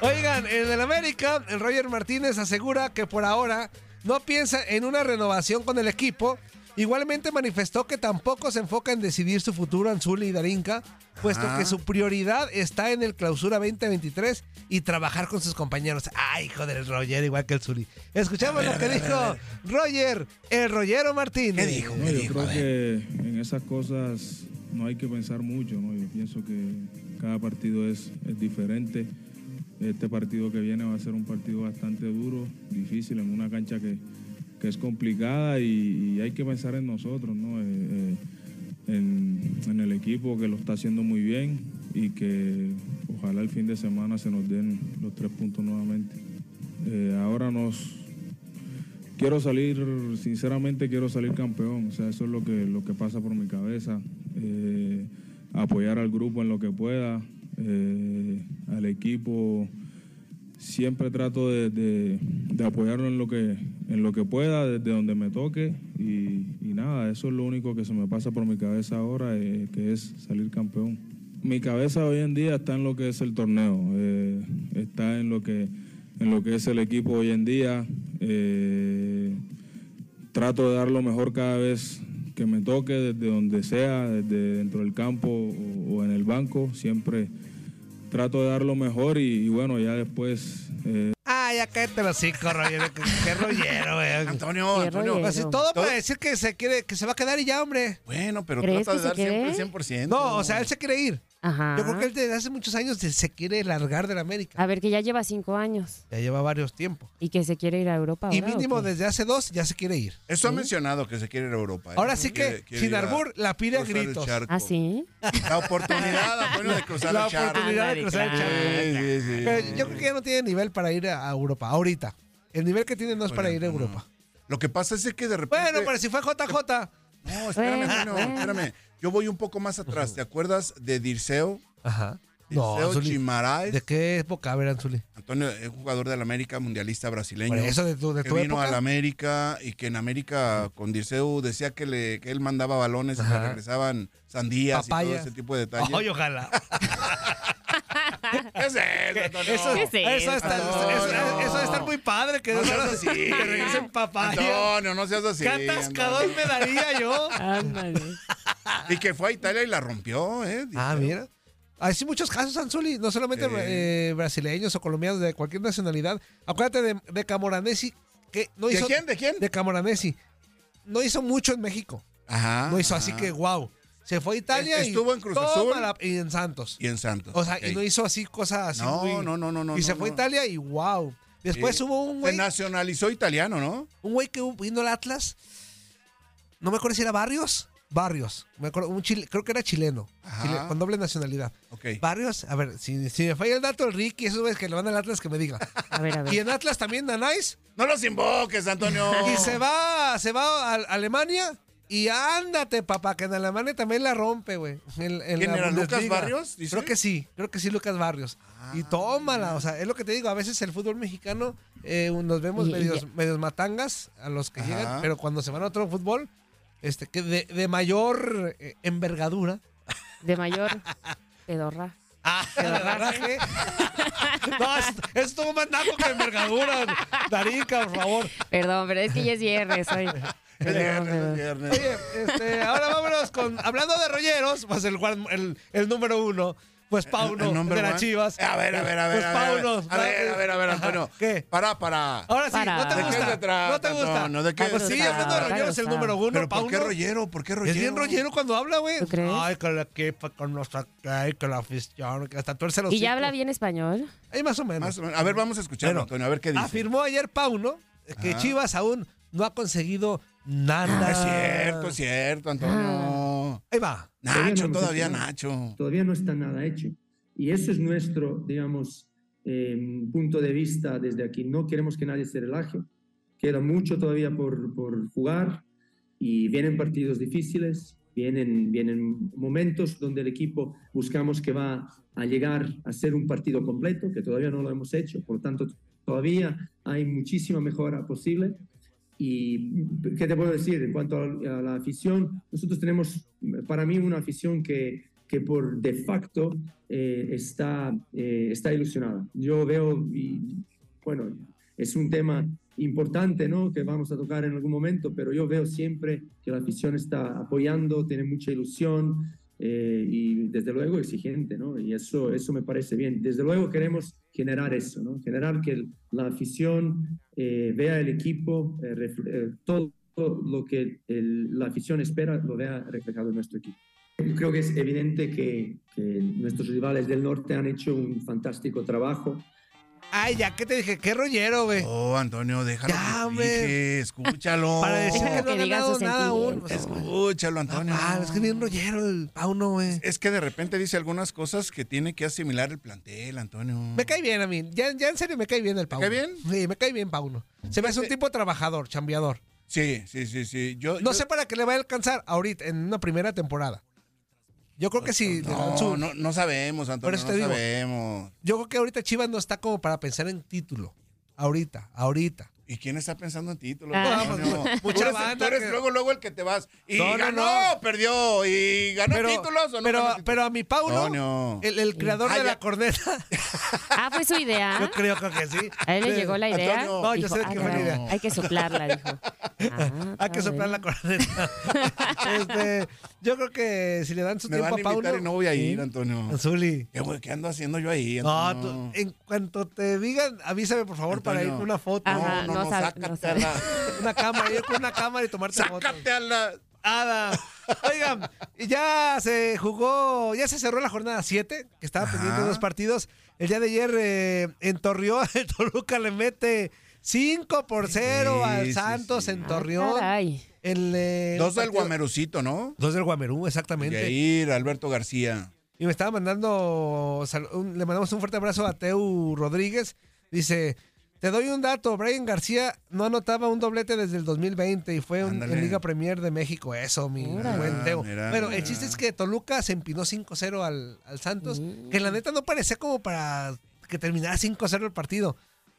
[SPEAKER 3] Oigan, en el América, el Roger Martínez asegura que por ahora no piensa en una renovación con el equipo. Igualmente manifestó que tampoco se enfoca en decidir su futuro Anzuli y Darinka, puesto
[SPEAKER 4] Ajá.
[SPEAKER 3] que su prioridad está en el clausura 2023 y trabajar con sus compañeros. ¡Ay, hijo del Roger, igual que el Zuli! Escuchamos lo que dijo Roger, el Rollero Martínez.
[SPEAKER 4] ¿Qué dijo?
[SPEAKER 7] No,
[SPEAKER 4] ¿Qué
[SPEAKER 7] yo
[SPEAKER 4] dijo? A
[SPEAKER 7] creo
[SPEAKER 4] ver.
[SPEAKER 7] que en esas cosas no hay que pensar mucho, ¿no? Yo pienso que cada partido es, es diferente. Este partido que viene va a ser un partido bastante duro, difícil, en una cancha que, que es complicada y, y hay que pensar en nosotros, ¿no? Eh, eh, en, en el equipo que lo está haciendo muy bien y que ojalá el fin de semana se nos den los tres puntos nuevamente. Eh, ahora nos, Quiero salir, sinceramente quiero salir campeón, o sea, eso es lo que, lo que pasa por mi cabeza. Eh, apoyar al grupo en lo que pueda, eh, al equipo, siempre trato de, de- de apoyarlo en lo, que, en lo que pueda, desde donde me toque y, y nada, eso es lo único que se me pasa por mi cabeza ahora, eh, que es salir campeón. Mi cabeza hoy en día está en lo que es el torneo, eh, está en lo, que, en lo que es el equipo hoy en día. eh, trato de dar lo mejor cada vez que me toque, desde donde sea, desde dentro del campo o, o en el banco, siempre trato de dar lo mejor y, y bueno, ya después... eh,
[SPEAKER 3] ¡Ay, acá te lo hocico, Roger! ¡Qué, qué Rollero, güey!
[SPEAKER 4] Antonio,
[SPEAKER 5] Qué
[SPEAKER 4] Antonio.
[SPEAKER 5] rollo.
[SPEAKER 3] Así todo para decir que se quiere, que se va a quedar y ya, hombre.
[SPEAKER 4] Bueno, pero
[SPEAKER 5] ¿Crees
[SPEAKER 4] trata de
[SPEAKER 5] que
[SPEAKER 4] dar
[SPEAKER 5] se
[SPEAKER 4] siempre el
[SPEAKER 5] quede?
[SPEAKER 4] 100%.
[SPEAKER 3] No, o sea, él se quiere ir.
[SPEAKER 5] Ajá.
[SPEAKER 3] Yo creo que él desde hace muchos años se- se quiere largar de la América.
[SPEAKER 5] A ver, que ya lleva cinco años
[SPEAKER 3] Ya lleva varios tiempos.
[SPEAKER 5] y que se quiere ir a Europa.
[SPEAKER 3] Y
[SPEAKER 5] ahora, ¿o
[SPEAKER 3] mínimo
[SPEAKER 5] qué?
[SPEAKER 3] desde hace dos ya se quiere ir.
[SPEAKER 4] Eso ha mencionado que se quiere ir a Europa. ¿eh?
[SPEAKER 3] Ahora sí que,
[SPEAKER 4] Quiere- quiere
[SPEAKER 3] sin
[SPEAKER 4] ir a
[SPEAKER 3] albur, la pide a
[SPEAKER 4] cruzar el
[SPEAKER 3] gritos.
[SPEAKER 4] charco.
[SPEAKER 5] ¿Ah, sí?
[SPEAKER 4] La oportunidad, Antonio, de cruzar
[SPEAKER 3] La
[SPEAKER 4] el charco.
[SPEAKER 3] oportunidad de
[SPEAKER 5] Ándale,
[SPEAKER 3] cruzar el
[SPEAKER 5] claro.
[SPEAKER 3] charco.
[SPEAKER 4] Sí, sí, sí.
[SPEAKER 3] Pero yo creo que ya no tiene nivel para ir a a Europa, ahorita. El nivel que tiene no es para ir a
[SPEAKER 4] Bueno,
[SPEAKER 3] Europa.
[SPEAKER 4] Mm. Lo que pasa es que de repente...
[SPEAKER 3] Bueno, pero si fue JJ.
[SPEAKER 4] No, espérame,
[SPEAKER 5] Bueno,
[SPEAKER 4] Antonio,
[SPEAKER 5] bueno.
[SPEAKER 4] espérame. Yo voy un poco más atrás. ¿Te acuerdas de Dirceo?
[SPEAKER 3] Ajá. No,
[SPEAKER 4] Eliseo
[SPEAKER 3] Zuli.
[SPEAKER 4] Chimaraes.
[SPEAKER 3] ¿De qué época? A ver, Anzuli.
[SPEAKER 4] Antonio es jugador del América, mundialista brasileño.
[SPEAKER 3] Por eso, de tu- de
[SPEAKER 4] que
[SPEAKER 3] tu
[SPEAKER 4] vino
[SPEAKER 3] época.
[SPEAKER 4] al América y que en América con Dirceu decía que, le, que él mandaba balones y
[SPEAKER 3] Ajá.
[SPEAKER 4] le regresaban sandías y todo
[SPEAKER 3] Papaya.
[SPEAKER 4] ese tipo de detalles.
[SPEAKER 3] Ay, ojalá.
[SPEAKER 4] ¿Qué <laughs> es eso, Antonio?
[SPEAKER 3] Eso,
[SPEAKER 5] ¿Qué es
[SPEAKER 3] eso de estar-
[SPEAKER 4] eso?
[SPEAKER 3] eso- eso- eso de estar muy padre. Que
[SPEAKER 4] No
[SPEAKER 3] de-
[SPEAKER 4] seas así.
[SPEAKER 3] Que regresen papaya.
[SPEAKER 4] Antonio, no seas así.
[SPEAKER 3] ¿Qué atascadón
[SPEAKER 4] Antonio.
[SPEAKER 3] me daría yo?
[SPEAKER 5] Ándale.
[SPEAKER 4] Y que fue a Italia y la rompió, ¿eh?
[SPEAKER 3] Ah, mira. Hay sí muchos casos, Anzuli, no solamente
[SPEAKER 4] Sí.
[SPEAKER 3] eh, brasileños o colombianos, de cualquier nacionalidad. Acuérdate de, de Camoranesi, que no
[SPEAKER 4] ¿De
[SPEAKER 3] hizo...
[SPEAKER 4] quién? ¿De quién?
[SPEAKER 3] De Camoranesi. No hizo mucho en México,
[SPEAKER 4] Ajá.
[SPEAKER 3] no hizo, así
[SPEAKER 4] ajá.
[SPEAKER 3] que wow. Se fue a Italia
[SPEAKER 4] Es- Ah.
[SPEAKER 3] y...
[SPEAKER 4] E-, estuvo en Cruz
[SPEAKER 3] toma
[SPEAKER 4] Azul.
[SPEAKER 3] la- y en Santos.
[SPEAKER 4] Y en Santos.
[SPEAKER 3] pues. O sea,
[SPEAKER 4] ok.
[SPEAKER 3] y no hizo así cosas así
[SPEAKER 4] No,
[SPEAKER 3] muy-
[SPEAKER 4] no, no, no, no,
[SPEAKER 3] Y se
[SPEAKER 4] no,
[SPEAKER 3] fue
[SPEAKER 4] no.
[SPEAKER 3] a Italia y wow. Después
[SPEAKER 4] Sí.
[SPEAKER 3] hubo un
[SPEAKER 4] Se
[SPEAKER 3] güey,
[SPEAKER 4] nacionalizó italiano, ¿no?
[SPEAKER 3] un güey que vino al Atlas. No me acuerdo si era Barrios. Barrios. Me acuerdo, un chile, creo que era chileno.
[SPEAKER 4] Ajá.
[SPEAKER 3] chile- con doble nacionalidad.
[SPEAKER 4] Ok.
[SPEAKER 3] Barrios, a ver, si, si me falla el dato el Ricky, esos güeyes que le van al Atlas que me diga.
[SPEAKER 5] <laughs> A ver, a ver.
[SPEAKER 3] Y en Atlas también Nanais.
[SPEAKER 4] No los invoques, Antonio.
[SPEAKER 3] Y se va, se va a Alemania. Y ándate, papá, que en Alemania también la rompe, güey. en- en
[SPEAKER 4] ¿Quién
[SPEAKER 3] la
[SPEAKER 4] era, Lucas
[SPEAKER 3] Bundesliga.
[SPEAKER 4] Barrios, dice?
[SPEAKER 3] Creo que sí, creo que sí, Lucas Barrios. y tómala, o sea, es lo que te digo, a veces el fútbol mexicano eh, nos vemos
[SPEAKER 5] Y- y
[SPEAKER 3] medios,
[SPEAKER 5] ya-
[SPEAKER 3] medios matangas a los que
[SPEAKER 4] Ajá.
[SPEAKER 3] llegan, pero cuando se van a otro fútbol, este, que de, de mayor eh, envergadura,
[SPEAKER 5] De mayor,
[SPEAKER 3] <laughs>
[SPEAKER 5] pedorra.
[SPEAKER 3] Agarraje. <laughs> no, es- estuvo más naco que envergadura. Darica, por favor.
[SPEAKER 5] Perdón, pero es que ya es viernes
[SPEAKER 3] <laughs>
[SPEAKER 5] hoy.
[SPEAKER 4] Es viernes,
[SPEAKER 5] Perdón,
[SPEAKER 4] es
[SPEAKER 5] perdón.
[SPEAKER 4] viernes.
[SPEAKER 3] Oye, este, ahora vámonos con. Hablando de rolleros, pues el, guar- el, el número uno. Pues Pauno
[SPEAKER 4] El number
[SPEAKER 3] de las
[SPEAKER 4] one. Eh,
[SPEAKER 3] Chivas.
[SPEAKER 4] A ver, a ver, a ver.
[SPEAKER 3] Pues
[SPEAKER 4] a ver,
[SPEAKER 3] Pauno.
[SPEAKER 4] A ver, a ver, a ver,
[SPEAKER 3] Ajá,
[SPEAKER 4] Antonio.
[SPEAKER 3] ¿Qué?
[SPEAKER 4] Para, para.
[SPEAKER 3] Ahora sí,
[SPEAKER 5] Para.
[SPEAKER 3] no te
[SPEAKER 5] ¿De qué
[SPEAKER 3] gusta.
[SPEAKER 4] se trata,
[SPEAKER 3] no te gusta.
[SPEAKER 4] Antonio? ¿De qué
[SPEAKER 3] Pues
[SPEAKER 4] se
[SPEAKER 3] sí,
[SPEAKER 4] trata?
[SPEAKER 3] hablando de rolleros, el
[SPEAKER 5] Claro,
[SPEAKER 3] número uno.
[SPEAKER 4] ¿Pero por qué
[SPEAKER 3] Pauno.
[SPEAKER 4] rollero? ¿Por qué rollero?
[SPEAKER 3] Es bien rollero cuando habla, güey.
[SPEAKER 5] ¿Tú crees?
[SPEAKER 3] Ay, con la que pues, con los ay, con la afición, que hasta tuerce pues los
[SPEAKER 5] ¿Y ya habla bien español?
[SPEAKER 3] Ahí más o menos.
[SPEAKER 4] Más o menos. A ver, vamos a escucharlo,
[SPEAKER 3] Bueno,
[SPEAKER 4] Antonio. A ver qué dice.
[SPEAKER 3] Afirmó ayer Pauno que
[SPEAKER 4] Ajá.
[SPEAKER 3] Chivas aún no ha conseguido
[SPEAKER 4] Ah,
[SPEAKER 3] nada. Ah.
[SPEAKER 4] es cierto, es cierto, Antonio.
[SPEAKER 3] Ahí va.
[SPEAKER 4] Nacho,
[SPEAKER 8] Bueno,
[SPEAKER 4] todavía
[SPEAKER 8] pues,
[SPEAKER 4] Nacho.
[SPEAKER 8] todavía no está nada hecho. Y ese es nuestro, digamos, eh, punto de vista desde aquí. No queremos que nadie se relaje, queda mucho todavía por, por jugar y vienen partidos difíciles, vienen, vienen momentos donde el equipo buscamos que va a llegar a ser un partido completo, que todavía no lo hemos hecho, por tanto todavía hay muchísima mejora posible. Y qué te puedo decir en cuanto a la a la afición, nosotros tenemos para mí una afición que, que por de facto eh, está, eh, está ilusionada. Yo veo, y, bueno, es un tema importante ¿no? que vamos a tocar en algún momento, pero yo veo siempre que la afición está apoyando, tiene mucha ilusión eh, y desde luego exigente, ¿no? y eso, eso me parece bien. Desde luego queremos generar eso, ¿no? generar que el- la afición eh, vea el equipo, eh, refle- eh, todo lo que el- la afición espera lo vea reflejado en nuestro equipo. Creo que es evidente que, que nuestros rivales del norte han hecho un fantástico trabajo.
[SPEAKER 3] Ay, ya que te dije, qué rollero, güey.
[SPEAKER 4] Oh, Antonio, déjalo.
[SPEAKER 3] Ya,
[SPEAKER 4] que
[SPEAKER 3] hombre.
[SPEAKER 4] dije, escúchalo.
[SPEAKER 3] <laughs> Para decir
[SPEAKER 5] Déjalo
[SPEAKER 3] que no ha
[SPEAKER 5] que diga
[SPEAKER 3] ganado
[SPEAKER 5] sus
[SPEAKER 3] nada aún. O sea, es-
[SPEAKER 4] Escúchalo, Antonio.
[SPEAKER 3] Ah, es que es bien rollero el Pauno, güey.
[SPEAKER 4] Es que de repente dice algunas cosas que tiene que asimilar el plantel, Antonio.
[SPEAKER 3] Me cae bien a mí. Ya, ya en serio me cae bien el Pauno.
[SPEAKER 4] cae bien? Eh,
[SPEAKER 3] Sí, me cae bien Pauno. Se me hace un tipo trabajador, chambeador.
[SPEAKER 4] Sí, sí, sí, sí. Yo,
[SPEAKER 3] No
[SPEAKER 4] yo-
[SPEAKER 3] sé para qué le va a alcanzar ahorita, en una primera temporada. Yo creo que sí.
[SPEAKER 4] Pues, No,
[SPEAKER 3] su-
[SPEAKER 4] no, no sabemos, Antonio.
[SPEAKER 3] Por eso te
[SPEAKER 4] no
[SPEAKER 3] digo.
[SPEAKER 4] sabemos.
[SPEAKER 3] Yo creo que ahorita Chivas no está como para pensar en título. Ahorita, ahorita.
[SPEAKER 4] ¿Y quién está pensando en títulos?
[SPEAKER 5] Ah.
[SPEAKER 4] Antonio?
[SPEAKER 3] Pues,
[SPEAKER 4] Tú
[SPEAKER 3] mucha
[SPEAKER 4] eres-
[SPEAKER 3] banda
[SPEAKER 4] Tú eres
[SPEAKER 3] que-
[SPEAKER 4] luego, luego el que te vas. Y
[SPEAKER 3] No, no,
[SPEAKER 4] ganó,
[SPEAKER 3] no.
[SPEAKER 4] perdió. ¿Y ganó títulos o no?
[SPEAKER 3] pero,
[SPEAKER 4] ganó títulos?
[SPEAKER 3] pero a mi Paulo,
[SPEAKER 4] Antonio.
[SPEAKER 3] el, el creador
[SPEAKER 4] Ah,
[SPEAKER 3] de
[SPEAKER 4] ya.
[SPEAKER 3] la corneta, <laughs>
[SPEAKER 5] Ah, fue su idea.
[SPEAKER 3] yo creo que sí.
[SPEAKER 5] A él le llegó la idea.
[SPEAKER 4] Antonio.
[SPEAKER 3] No, yo sé de
[SPEAKER 5] "Ah,
[SPEAKER 3] qué fue la
[SPEAKER 5] caray,
[SPEAKER 3] idea".
[SPEAKER 5] Hay que soplarla,
[SPEAKER 3] <laughs>
[SPEAKER 5] dijo. Ah,
[SPEAKER 3] Hay que
[SPEAKER 5] está
[SPEAKER 3] soplar
[SPEAKER 5] bueno.
[SPEAKER 3] la
[SPEAKER 5] <laughs>
[SPEAKER 3] corneta. Este, yo creo que si le dan su
[SPEAKER 4] Me van
[SPEAKER 3] tiempo
[SPEAKER 4] a
[SPEAKER 3] a
[SPEAKER 4] invitar
[SPEAKER 3] Paulo.
[SPEAKER 4] y no voy a ir, Antonio.
[SPEAKER 3] Zuli.
[SPEAKER 4] ¿Qué, güey, qué ando haciendo yo ahí,
[SPEAKER 3] No,
[SPEAKER 4] Antonio?
[SPEAKER 3] tú- en cuanto te digan, avísame por favor para ir
[SPEAKER 4] Antonio.
[SPEAKER 3] con una foto.
[SPEAKER 5] Ajá.
[SPEAKER 4] no, no,
[SPEAKER 5] no
[SPEAKER 4] no,
[SPEAKER 5] sabe-
[SPEAKER 4] sácate
[SPEAKER 5] no
[SPEAKER 4] a
[SPEAKER 5] sabe.
[SPEAKER 4] la...
[SPEAKER 3] <laughs> Una cámara, ir con una cámara y tomarte fotos.
[SPEAKER 4] Sácate a la...
[SPEAKER 3] Ada. Oigan, y ya se jugó, ya se cerró la jornada 7, que estaba pendiente de dos partidos. El día de ayer eh, en Torreón, <laughs> el Toluca le mete 5 por 0
[SPEAKER 4] Sí, sí,
[SPEAKER 3] al Santos
[SPEAKER 4] sí.
[SPEAKER 3] en
[SPEAKER 5] Ah,
[SPEAKER 3] Torreón.
[SPEAKER 5] caray.
[SPEAKER 3] El, eh,
[SPEAKER 4] Dos del
[SPEAKER 3] partido-
[SPEAKER 4] Guamerucito, ¿no?
[SPEAKER 3] Dos del Guamerú, exactamente.
[SPEAKER 4] Jair, Alberto García.
[SPEAKER 3] Y me estaba mandando, sal- un- le mandamos un fuerte abrazo a Teu Rodríguez. Dice, Te doy un dato, Brian García no anotaba un doblete desde el 2020 y fue un-
[SPEAKER 4] Ándale.
[SPEAKER 3] en Liga Premier de México, eso, mi
[SPEAKER 4] Órale.
[SPEAKER 3] buen Teo.
[SPEAKER 4] Ah, mira,
[SPEAKER 3] Pero el
[SPEAKER 4] mira.
[SPEAKER 3] chiste es que Toluca se empinó 5-0 al, al Santos, que
[SPEAKER 4] Mm.
[SPEAKER 3] la neta no parecía como para que terminara 5-0 el partido.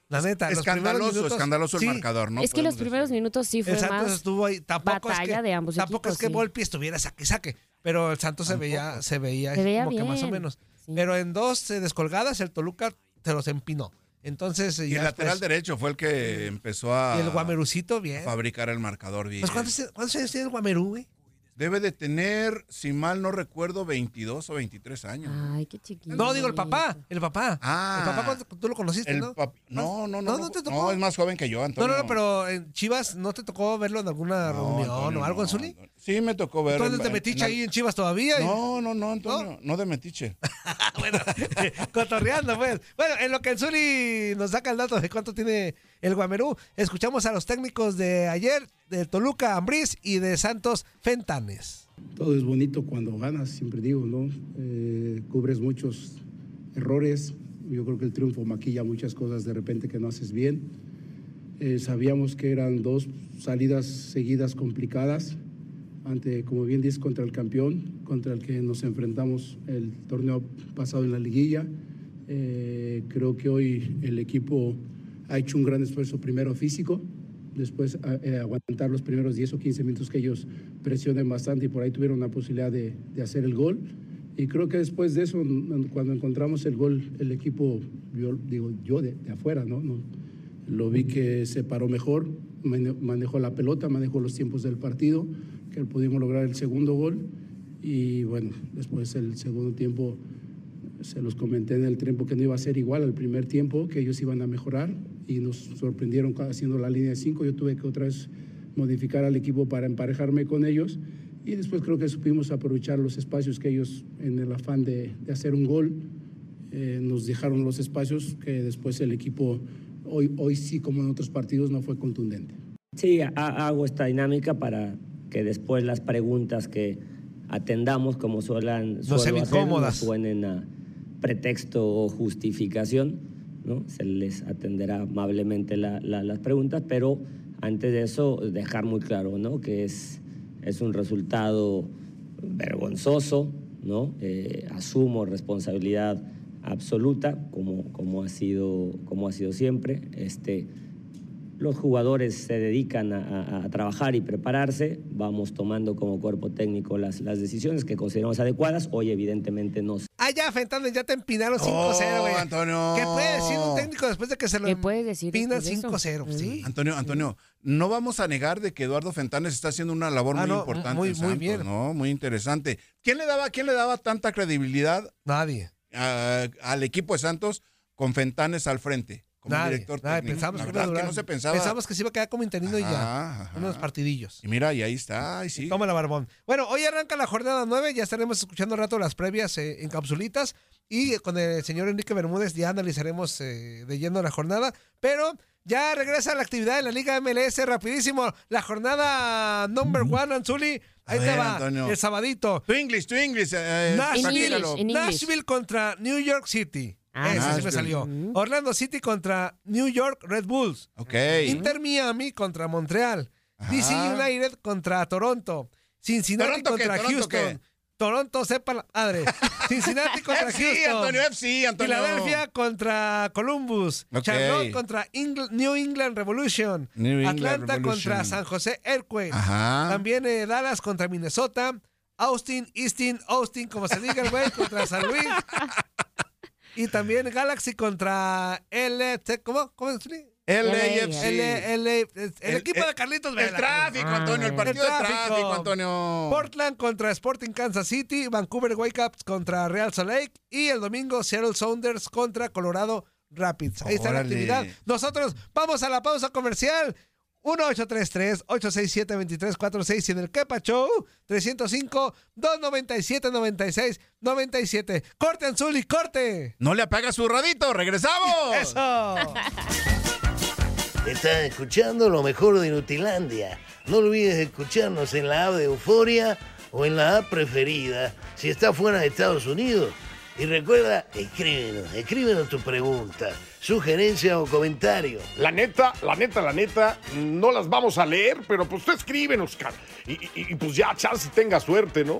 [SPEAKER 3] La neta, los primeros
[SPEAKER 4] Escandaloso,
[SPEAKER 3] minutos-
[SPEAKER 4] escandaloso el
[SPEAKER 3] sí,
[SPEAKER 4] marcador, ¿no?
[SPEAKER 5] es que los
[SPEAKER 4] Podemos
[SPEAKER 5] primeros minutos sí fue
[SPEAKER 3] el Santos
[SPEAKER 5] más
[SPEAKER 3] estuvo ahí. Tampoco es
[SPEAKER 5] batalla
[SPEAKER 3] que,
[SPEAKER 5] de ambos
[SPEAKER 3] tampoco es
[SPEAKER 5] equipos,
[SPEAKER 3] que
[SPEAKER 5] sí.
[SPEAKER 3] Volpi estuviera saque y saque, pero el Santos se veía, se veía
[SPEAKER 5] Se veía
[SPEAKER 3] como que más o
[SPEAKER 5] bien.
[SPEAKER 3] menos.
[SPEAKER 5] Sí.
[SPEAKER 3] Pero en dos eh, descolgadas el Toluca se los empinó. Entonces eh,
[SPEAKER 4] Y
[SPEAKER 3] ya
[SPEAKER 4] el lateral
[SPEAKER 3] después-
[SPEAKER 4] derecho ah, fue el que empezó a
[SPEAKER 3] y el Guamerucito
[SPEAKER 4] a
[SPEAKER 3] bien.
[SPEAKER 4] fabricar el marcador bien.
[SPEAKER 3] ¿Eh? Pues, ¿cuántos, cuántos años tiene el Guamerú, güey?
[SPEAKER 4] Debe de tener, si mal no recuerdo, 22 o 23 años.
[SPEAKER 5] Ay, qué chiquito.
[SPEAKER 3] No, digo el papá, el papá.
[SPEAKER 4] Ah.
[SPEAKER 3] el papá ¿cuánto- tú lo conociste,
[SPEAKER 4] El
[SPEAKER 3] ¿no?
[SPEAKER 4] pap- no, no, no,
[SPEAKER 3] No,
[SPEAKER 4] no,
[SPEAKER 3] no
[SPEAKER 4] no,
[SPEAKER 3] te tocó.
[SPEAKER 4] es más joven que yo,
[SPEAKER 3] No,
[SPEAKER 4] Antonio.
[SPEAKER 3] no, no, pero en Chivas no te tocó verlo en alguna
[SPEAKER 4] No,
[SPEAKER 3] reunión
[SPEAKER 4] Antonio,
[SPEAKER 3] o algo en
[SPEAKER 4] no,
[SPEAKER 3] Zuli.
[SPEAKER 4] Antonio. Sí, me tocó ver.
[SPEAKER 3] Entonces
[SPEAKER 4] en-
[SPEAKER 3] te
[SPEAKER 4] en-
[SPEAKER 3] metiche
[SPEAKER 4] en-
[SPEAKER 3] ahí en Chivas todavía. y-
[SPEAKER 4] No, no, no, Antonio, no de metiche.
[SPEAKER 3] <laughs> Cotorreando, pues. Bueno, en lo que el Zuli nos saca el dato de cuánto tiene el Guamerú, escuchamos a los técnicos de ayer, de Toluca Ambriz y de Santos Fentanes.
[SPEAKER 9] Todo es bonito cuando ganas, siempre digo, ¿no? Eh, cubres muchos errores. Yo creo que el triunfo maquilla muchas cosas de repente que no haces bien. Eh, sabíamos que eran dos salidas seguidas complicadas, ante, como bien dices, contra el campeón, contra el que nos enfrentamos el torneo pasado en la liguilla. Eh, creo que hoy el equipo ha hecho un gran esfuerzo primero físico, después a- eh, aguantar los primeros 10 o 15 minutos que ellos presionen bastante y por ahí tuvieron la posibilidad de, de hacer el gol. Y creo que después de eso, n- cuando encontramos el gol, el equipo, yo digo yo de, de afuera, ¿no? No- Lo vi que se paró mejor, mane- manejó la pelota, manejó los tiempos del partido, que pudimos lograr el segundo gol. Y bueno, después el segundo tiempo se los comenté en el tiempo que no iba a ser igual al primer tiempo, que ellos iban a mejorar y nos sorprendieron ca- haciendo la línea de 5. Yo tuve que otra vez modificar al equipo para emparejarme con ellos y después creo que supimos aprovechar los espacios que ellos en el afán de, de hacer un gol eh, nos dejaron los espacios que después el equipo hoy, hoy sí como en otros partidos no fue contundente.
[SPEAKER 10] Sí, ha- hago esta dinámica para que después las preguntas que atendamos, como suelen
[SPEAKER 3] sean incómodas.
[SPEAKER 10] suenen a pretexto o justificación. ¿no? Se les atenderá amablemente la- la- las preguntas, pero antes de eso dejar muy claro ¿no? que es, es un resultado vergonzoso, ¿no? Eh, asumo responsabilidad absoluta, como, como, ha sido, como ha sido siempre. Este, los jugadores se dedican a, a- a trabajar y prepararse, vamos tomando como cuerpo técnico las, las decisiones que consideramos adecuadas, hoy evidentemente no se
[SPEAKER 3] Ah, ya, Fentanes, ya te empinaron 5-0, güey.
[SPEAKER 4] Oh, Antonio.
[SPEAKER 3] ¿Qué puede decir un técnico después de que se lo
[SPEAKER 5] ¿Qué puedes decir?
[SPEAKER 3] empinan
[SPEAKER 5] después de eso?
[SPEAKER 3] 5-0? Sí.
[SPEAKER 4] Antonio, Antonio, no vamos a negar de que Eduardo Fentanes está haciendo una labor
[SPEAKER 3] Ah,
[SPEAKER 4] muy
[SPEAKER 3] no,
[SPEAKER 4] importante.
[SPEAKER 3] muy-
[SPEAKER 4] en
[SPEAKER 3] muy
[SPEAKER 4] Santos,
[SPEAKER 3] bien.
[SPEAKER 4] ¿no? Muy interesante. ¿Quién le daba, quién le daba tanta credibilidad
[SPEAKER 3] Nadie.
[SPEAKER 4] a- al equipo de Santos con Fentanes al frente? Como
[SPEAKER 3] nadie,
[SPEAKER 4] director
[SPEAKER 3] nadie.
[SPEAKER 4] técnico.
[SPEAKER 3] Pensamos
[SPEAKER 4] La
[SPEAKER 3] que, iba a
[SPEAKER 4] verdad que
[SPEAKER 3] durar.
[SPEAKER 4] no se pensaba.
[SPEAKER 3] Pensamos que se iba a quedar como interino y ya.
[SPEAKER 4] Ajá, ajá.
[SPEAKER 3] Unos partidillos.
[SPEAKER 4] Y mira, y ahí está. Ay, sí.
[SPEAKER 3] Toma la barbón. Bueno, hoy arranca la jornada 9, ya estaremos escuchando un rato las previas eh, en capsulitas y con el señor Enrique Bermúdez ya analizaremos eh, de lleno la jornada, pero ya regresa la actividad de la Liga MLS rapidísimo, la jornada number one, Anzuli,
[SPEAKER 4] A
[SPEAKER 3] ahí te
[SPEAKER 4] ver,
[SPEAKER 3] va,
[SPEAKER 4] Antonio.
[SPEAKER 3] el sabadito.
[SPEAKER 4] Tu English, tu English. eh,
[SPEAKER 3] Nashville,
[SPEAKER 4] practícalo.
[SPEAKER 5] En English.
[SPEAKER 3] Nashville contra New York City.
[SPEAKER 5] Ah,
[SPEAKER 3] Ese sí me
[SPEAKER 4] Nashville.
[SPEAKER 3] salió.
[SPEAKER 5] Mm.
[SPEAKER 3] Orlando City contra New York Red Bulls.
[SPEAKER 4] Ok.
[SPEAKER 3] Inter Miami contra Montreal. DC
[SPEAKER 4] Ajá.
[SPEAKER 3] United contra Toronto. Cincinnati
[SPEAKER 4] ¿Toronto qué?
[SPEAKER 3] contra
[SPEAKER 4] ¿Toronto
[SPEAKER 3] Houston.
[SPEAKER 4] qué?
[SPEAKER 3] Toronto, sepa la
[SPEAKER 4] <laughs>
[SPEAKER 3] madre. Cincinnati contra
[SPEAKER 4] FC,
[SPEAKER 3] Houston.
[SPEAKER 4] Antonio, FC, Antonio.
[SPEAKER 3] Filadelfia contra Columbus.
[SPEAKER 4] Ok.
[SPEAKER 3] Charlotte contra Ingl- New England Revolution.
[SPEAKER 4] New England
[SPEAKER 3] Atlanta contra
[SPEAKER 4] Revolution.
[SPEAKER 3] San José Earthquake.
[SPEAKER 4] Ajá.
[SPEAKER 3] También eh, Dallas contra Minnesota. Austin, Eastin, Austin, como se diga el güey, contra San Luis. Y también Galaxy contra LT. ¿Cómo? ¿Cómo se dice?
[SPEAKER 4] LAFC.
[SPEAKER 3] L, L, el,
[SPEAKER 4] El-
[SPEAKER 3] equipo
[SPEAKER 4] el-
[SPEAKER 3] de Carlitos
[SPEAKER 4] El
[SPEAKER 3] Vela.
[SPEAKER 4] tráfico,
[SPEAKER 5] Ah,
[SPEAKER 4] Antonio. El
[SPEAKER 5] el
[SPEAKER 4] partido de tráfico, Antonio.
[SPEAKER 3] Portland contra Sporting Kansas City, Vancouver Whitecaps contra Real Salt Lake y el domingo Seattle Sounders contra Colorado Rapids. Ahí está la
[SPEAKER 4] Órale.
[SPEAKER 3] actividad. Nosotros vamos a la pausa comercial. 1833-867-2346 y en el Kepa Show 305-297-96-97. Corte, Anzuli, corte.
[SPEAKER 4] No le apaga su radito. Regresamos.
[SPEAKER 3] <laughs> Eso.
[SPEAKER 2] Estás escuchando lo mejor de Nutilandia. No olvides escucharnos en la app de Euforia o en la app preferida si estás fuera de Estados Unidos. Y recuerda, escríbenos, escríbenos tu pregunta, sugerencia o comentario.
[SPEAKER 1] La neta, la neta, la neta, no las vamos a leer, pero pues tú escríbenos, cara. Y, y- y, pues ya, chance tenga suerte, ¿no?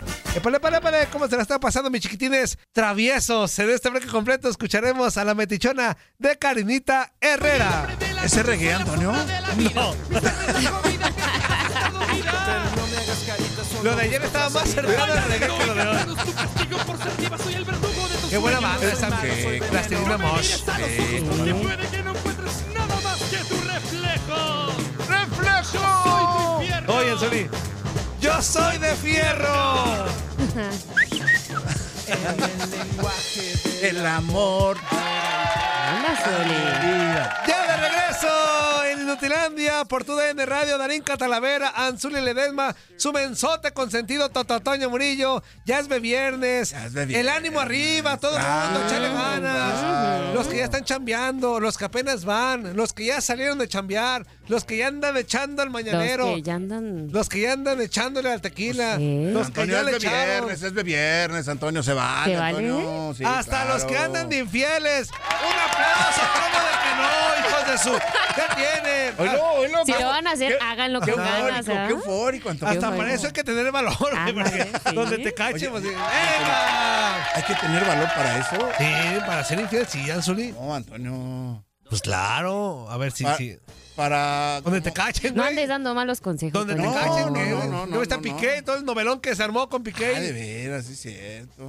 [SPEAKER 3] Epale, epale, epale, ¿cómo se la está pasando, mis chiquitines traviesos? En este bloque completo escucharemos a la metichona de Karinita Herrera.
[SPEAKER 4] ¿Ese reggae, Antonio?
[SPEAKER 3] No. Lo de ayer estaba más cercano al reggae que lo de hoy. Qué buena banda esa que Plastilina Mosh.
[SPEAKER 1] ¡Reflejo!
[SPEAKER 3] Oye, Sony. Yo soy de fierro.
[SPEAKER 5] <laughs>
[SPEAKER 4] El amor.
[SPEAKER 3] Ya de regreso en Inutilandia por tu DN Radio, Darín Catalavera, Anzuli Ledesma, su mensote consentido Tototoño Murillo. Ya es de viernes. El ánimo arriba, todo el
[SPEAKER 4] Ah.
[SPEAKER 3] mundo, échale
[SPEAKER 5] Ah,
[SPEAKER 3] ganas. Los que ya están chambeando, los que apenas van, los que ya salieron de chambear, los que ya andan echando al mañanero.
[SPEAKER 5] Los que ya Pues andan-
[SPEAKER 3] los que ya andan echándole al tequila. Los que
[SPEAKER 4] Antonio,
[SPEAKER 3] ya le
[SPEAKER 4] es de
[SPEAKER 3] echaron.
[SPEAKER 4] viernes, es de viernes, Antonio, se vale,
[SPEAKER 3] ¿Se vale?
[SPEAKER 4] Antonio. sí,
[SPEAKER 3] Hasta
[SPEAKER 4] claro.
[SPEAKER 3] los que andan de infieles. Un aplauso, como de que no, Oh, hijos de su. ¿Qué tienen?
[SPEAKER 4] Hoy no, hoy no,
[SPEAKER 5] Si lo van a hacer, háganlo con
[SPEAKER 3] eufórico,
[SPEAKER 5] ganas. ¿ah?
[SPEAKER 4] Qué eufórico, Antonio.
[SPEAKER 3] Hasta para eso hay que tener valor, güey, porque donde te cachen, pues, ¡venga!
[SPEAKER 4] Hay que tener valor para eso.
[SPEAKER 3] Sí, para ser infiel, sí, Anzuli.
[SPEAKER 4] No, Antonio.
[SPEAKER 3] Pues claro, a ver si.
[SPEAKER 4] Pa-
[SPEAKER 3] si-
[SPEAKER 4] Para.
[SPEAKER 3] Donde te cachen,
[SPEAKER 5] No
[SPEAKER 3] güey.
[SPEAKER 5] andes dando malos consejos.
[SPEAKER 3] Donde te
[SPEAKER 5] Toño.
[SPEAKER 3] cachen, güey.
[SPEAKER 4] no, no,
[SPEAKER 3] Luego está
[SPEAKER 4] no,
[SPEAKER 3] Piqué, todo el novelón que se armó con Piqué.
[SPEAKER 4] Ah, de veras, sí es cierto.